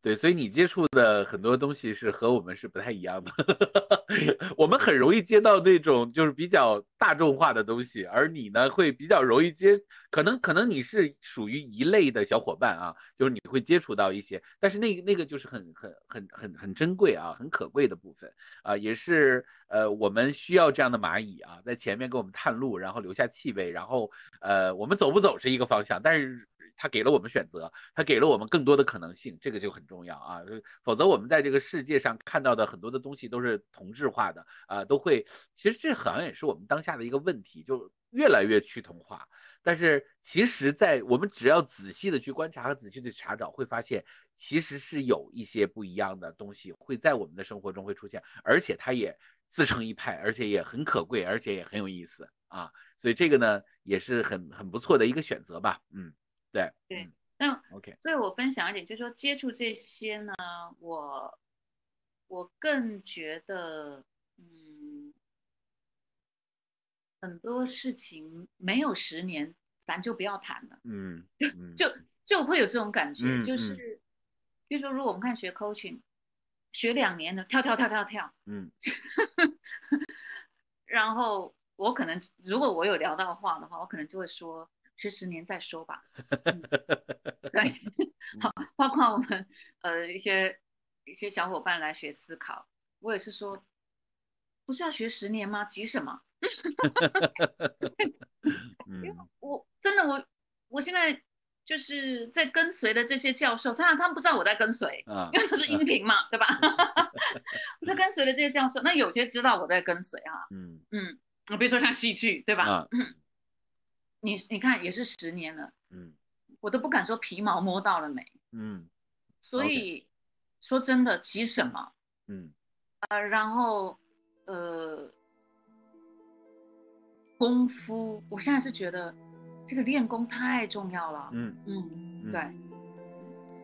[SPEAKER 2] 对，所以你接触的很多东西是和我们是不太一样的， 我们很容易接到那种就是比较大众化的东西，而你呢会比较容易接，可能可能你是属于一类的小伙伴啊，就是你会接触到一些，但是那个那个就是很很很很很珍贵啊，很可贵的部分啊，也是呃我们需要这样的蚂蚁啊，在前面给我们探路，然后留下气味，然后呃我们走不走是一个方向，但是它给了我们选择，它给了我们更多的可能性，这个就很重要啊。呃否则我们在这个世界上看到的很多的东西都是同质化的啊、都会其实这好像也是我们当下的一个问题，就越来越趋同化。但是其实，在我们只要仔细的去观察和仔细的查找，会发现其实是有一些不一样的东西会在我们的生活中会出现，而且它也自成一派，而且也很可贵，而且也很有意思啊。所以这个呢，也是很很不错的一个选择吧。嗯，对，
[SPEAKER 3] 对
[SPEAKER 2] 嗯
[SPEAKER 3] 那
[SPEAKER 2] ，OK。
[SPEAKER 3] 所以我分享一点，就是说接触这些呢，我我更觉得，嗯，很多事情没有十年，咱就不要谈了。
[SPEAKER 2] 嗯，嗯
[SPEAKER 3] 就就会有这种感觉，
[SPEAKER 2] 嗯
[SPEAKER 3] 就
[SPEAKER 2] 嗯
[SPEAKER 3] 是，比如说，如果我们看学 coaching，学两年的跳跳跳跳跳，
[SPEAKER 2] 嗯
[SPEAKER 3] 然后我可能如果我有聊到话的话，我可能就会说学十年再说吧。对，
[SPEAKER 2] 嗯
[SPEAKER 3] 好，包括我们呃一些一些小伙伴来学思考，我也是说，不是要学十年吗？急什么？
[SPEAKER 2] 嗯
[SPEAKER 3] 我真的我我现在就是在跟随的这些教授，他他们不知道我在跟随，
[SPEAKER 2] 啊
[SPEAKER 3] 因为都是音频嘛，对吧？ 我就跟随了这些教授，那有些知道我在跟随哈、
[SPEAKER 2] 嗯
[SPEAKER 3] 嗯，比如说像戏剧，对吧？嗯
[SPEAKER 2] 啊
[SPEAKER 3] 你你看也是十年了，
[SPEAKER 2] 嗯
[SPEAKER 3] 我都不敢说皮毛摸到了没，
[SPEAKER 2] 嗯
[SPEAKER 3] 所
[SPEAKER 2] OK
[SPEAKER 3] 以说真的急什么？
[SPEAKER 2] 嗯
[SPEAKER 3] 呃，然后呃，功夫，我现在是觉得这个练功太重要了，
[SPEAKER 2] 嗯
[SPEAKER 3] 嗯，
[SPEAKER 2] 嗯
[SPEAKER 3] 对，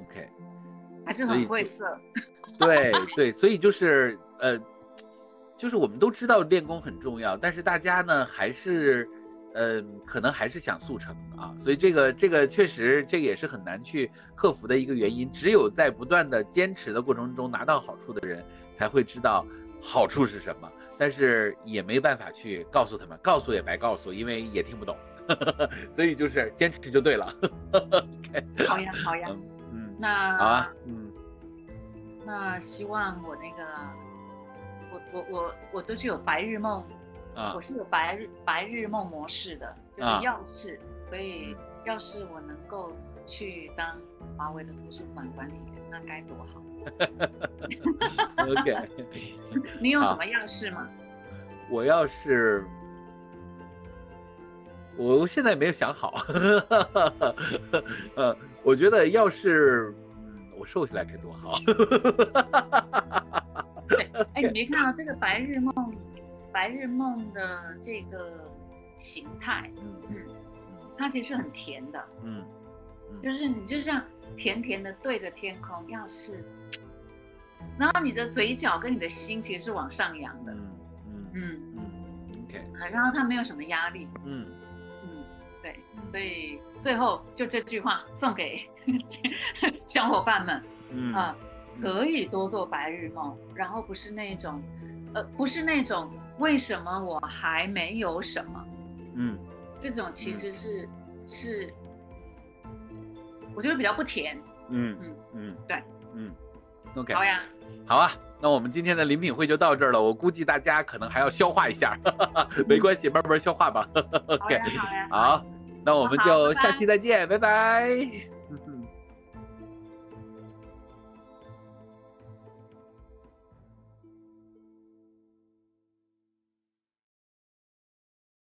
[SPEAKER 2] ，OK，
[SPEAKER 3] 嗯还是
[SPEAKER 2] 所
[SPEAKER 3] 很
[SPEAKER 2] 以
[SPEAKER 3] 晦
[SPEAKER 2] 就
[SPEAKER 3] 涩，
[SPEAKER 2] 对对，所以就是呃，就是我们都知道练功很重要，但是大家呢还是。呃，可能还是想速成啊，所以这个这个确实这个也是很难去克服的一个原因。只有在不断的坚持的过程中拿到好处的人，才会知道好处是什么，但是也没办法去告诉他们，告诉也白告诉，因为也听不懂， 所以就是坚持就对了。
[SPEAKER 3] 好呀好呀，
[SPEAKER 2] 嗯，
[SPEAKER 3] 那
[SPEAKER 2] 好啊，嗯
[SPEAKER 3] 那希望我那个，我我我我就是有白日梦，
[SPEAKER 2] 啊
[SPEAKER 3] 我，是有白日白日梦模式的，就是
[SPEAKER 2] 啊
[SPEAKER 3] 要是，所以要是我能够去当华为的图书馆管理员，那该多好！
[SPEAKER 2] OK，
[SPEAKER 3] 你有什
[SPEAKER 2] 好
[SPEAKER 3] 么要事吗？
[SPEAKER 2] 我要是我我现在没有想好， 呃，我觉得要是嗯我瘦下来该多好。
[SPEAKER 3] 哎，你没看到这个白日梦，白日梦的这个形态，
[SPEAKER 2] 嗯嗯
[SPEAKER 3] 它其实是很甜的，
[SPEAKER 2] 嗯
[SPEAKER 3] 就是你就像甜甜的对着天空，要是，然后你的嘴角跟你的心其实是往上扬的，
[SPEAKER 2] 嗯嗯
[SPEAKER 3] 嗯，
[SPEAKER 2] 嗯，OK，
[SPEAKER 3] 然后它没有什么压力，
[SPEAKER 2] 嗯。
[SPEAKER 3] 嗯，对，所以最后就这句话送给 小伙伴们
[SPEAKER 2] 嗯
[SPEAKER 3] 啊、可以多做白日梦，然后不是那种，呃，不是那种为什么我还没有什么。
[SPEAKER 2] 嗯
[SPEAKER 3] 这种其
[SPEAKER 2] 嗯
[SPEAKER 3] 实是、是，我觉得比较不甜。
[SPEAKER 2] 嗯
[SPEAKER 3] 嗯
[SPEAKER 2] 嗯，
[SPEAKER 3] 对，
[SPEAKER 2] 嗯，OK，
[SPEAKER 3] 好呀，
[SPEAKER 2] 好啊，那我们今天的临品会就到这儿了，我估计大家可能还要消化一下，没关系，慢慢消化吧。
[SPEAKER 3] 好
[SPEAKER 2] OK，
[SPEAKER 3] 嗯呀，好呀，
[SPEAKER 2] 好，那我们
[SPEAKER 3] 好
[SPEAKER 2] 就
[SPEAKER 3] 拜拜
[SPEAKER 2] 下期再见，拜拜。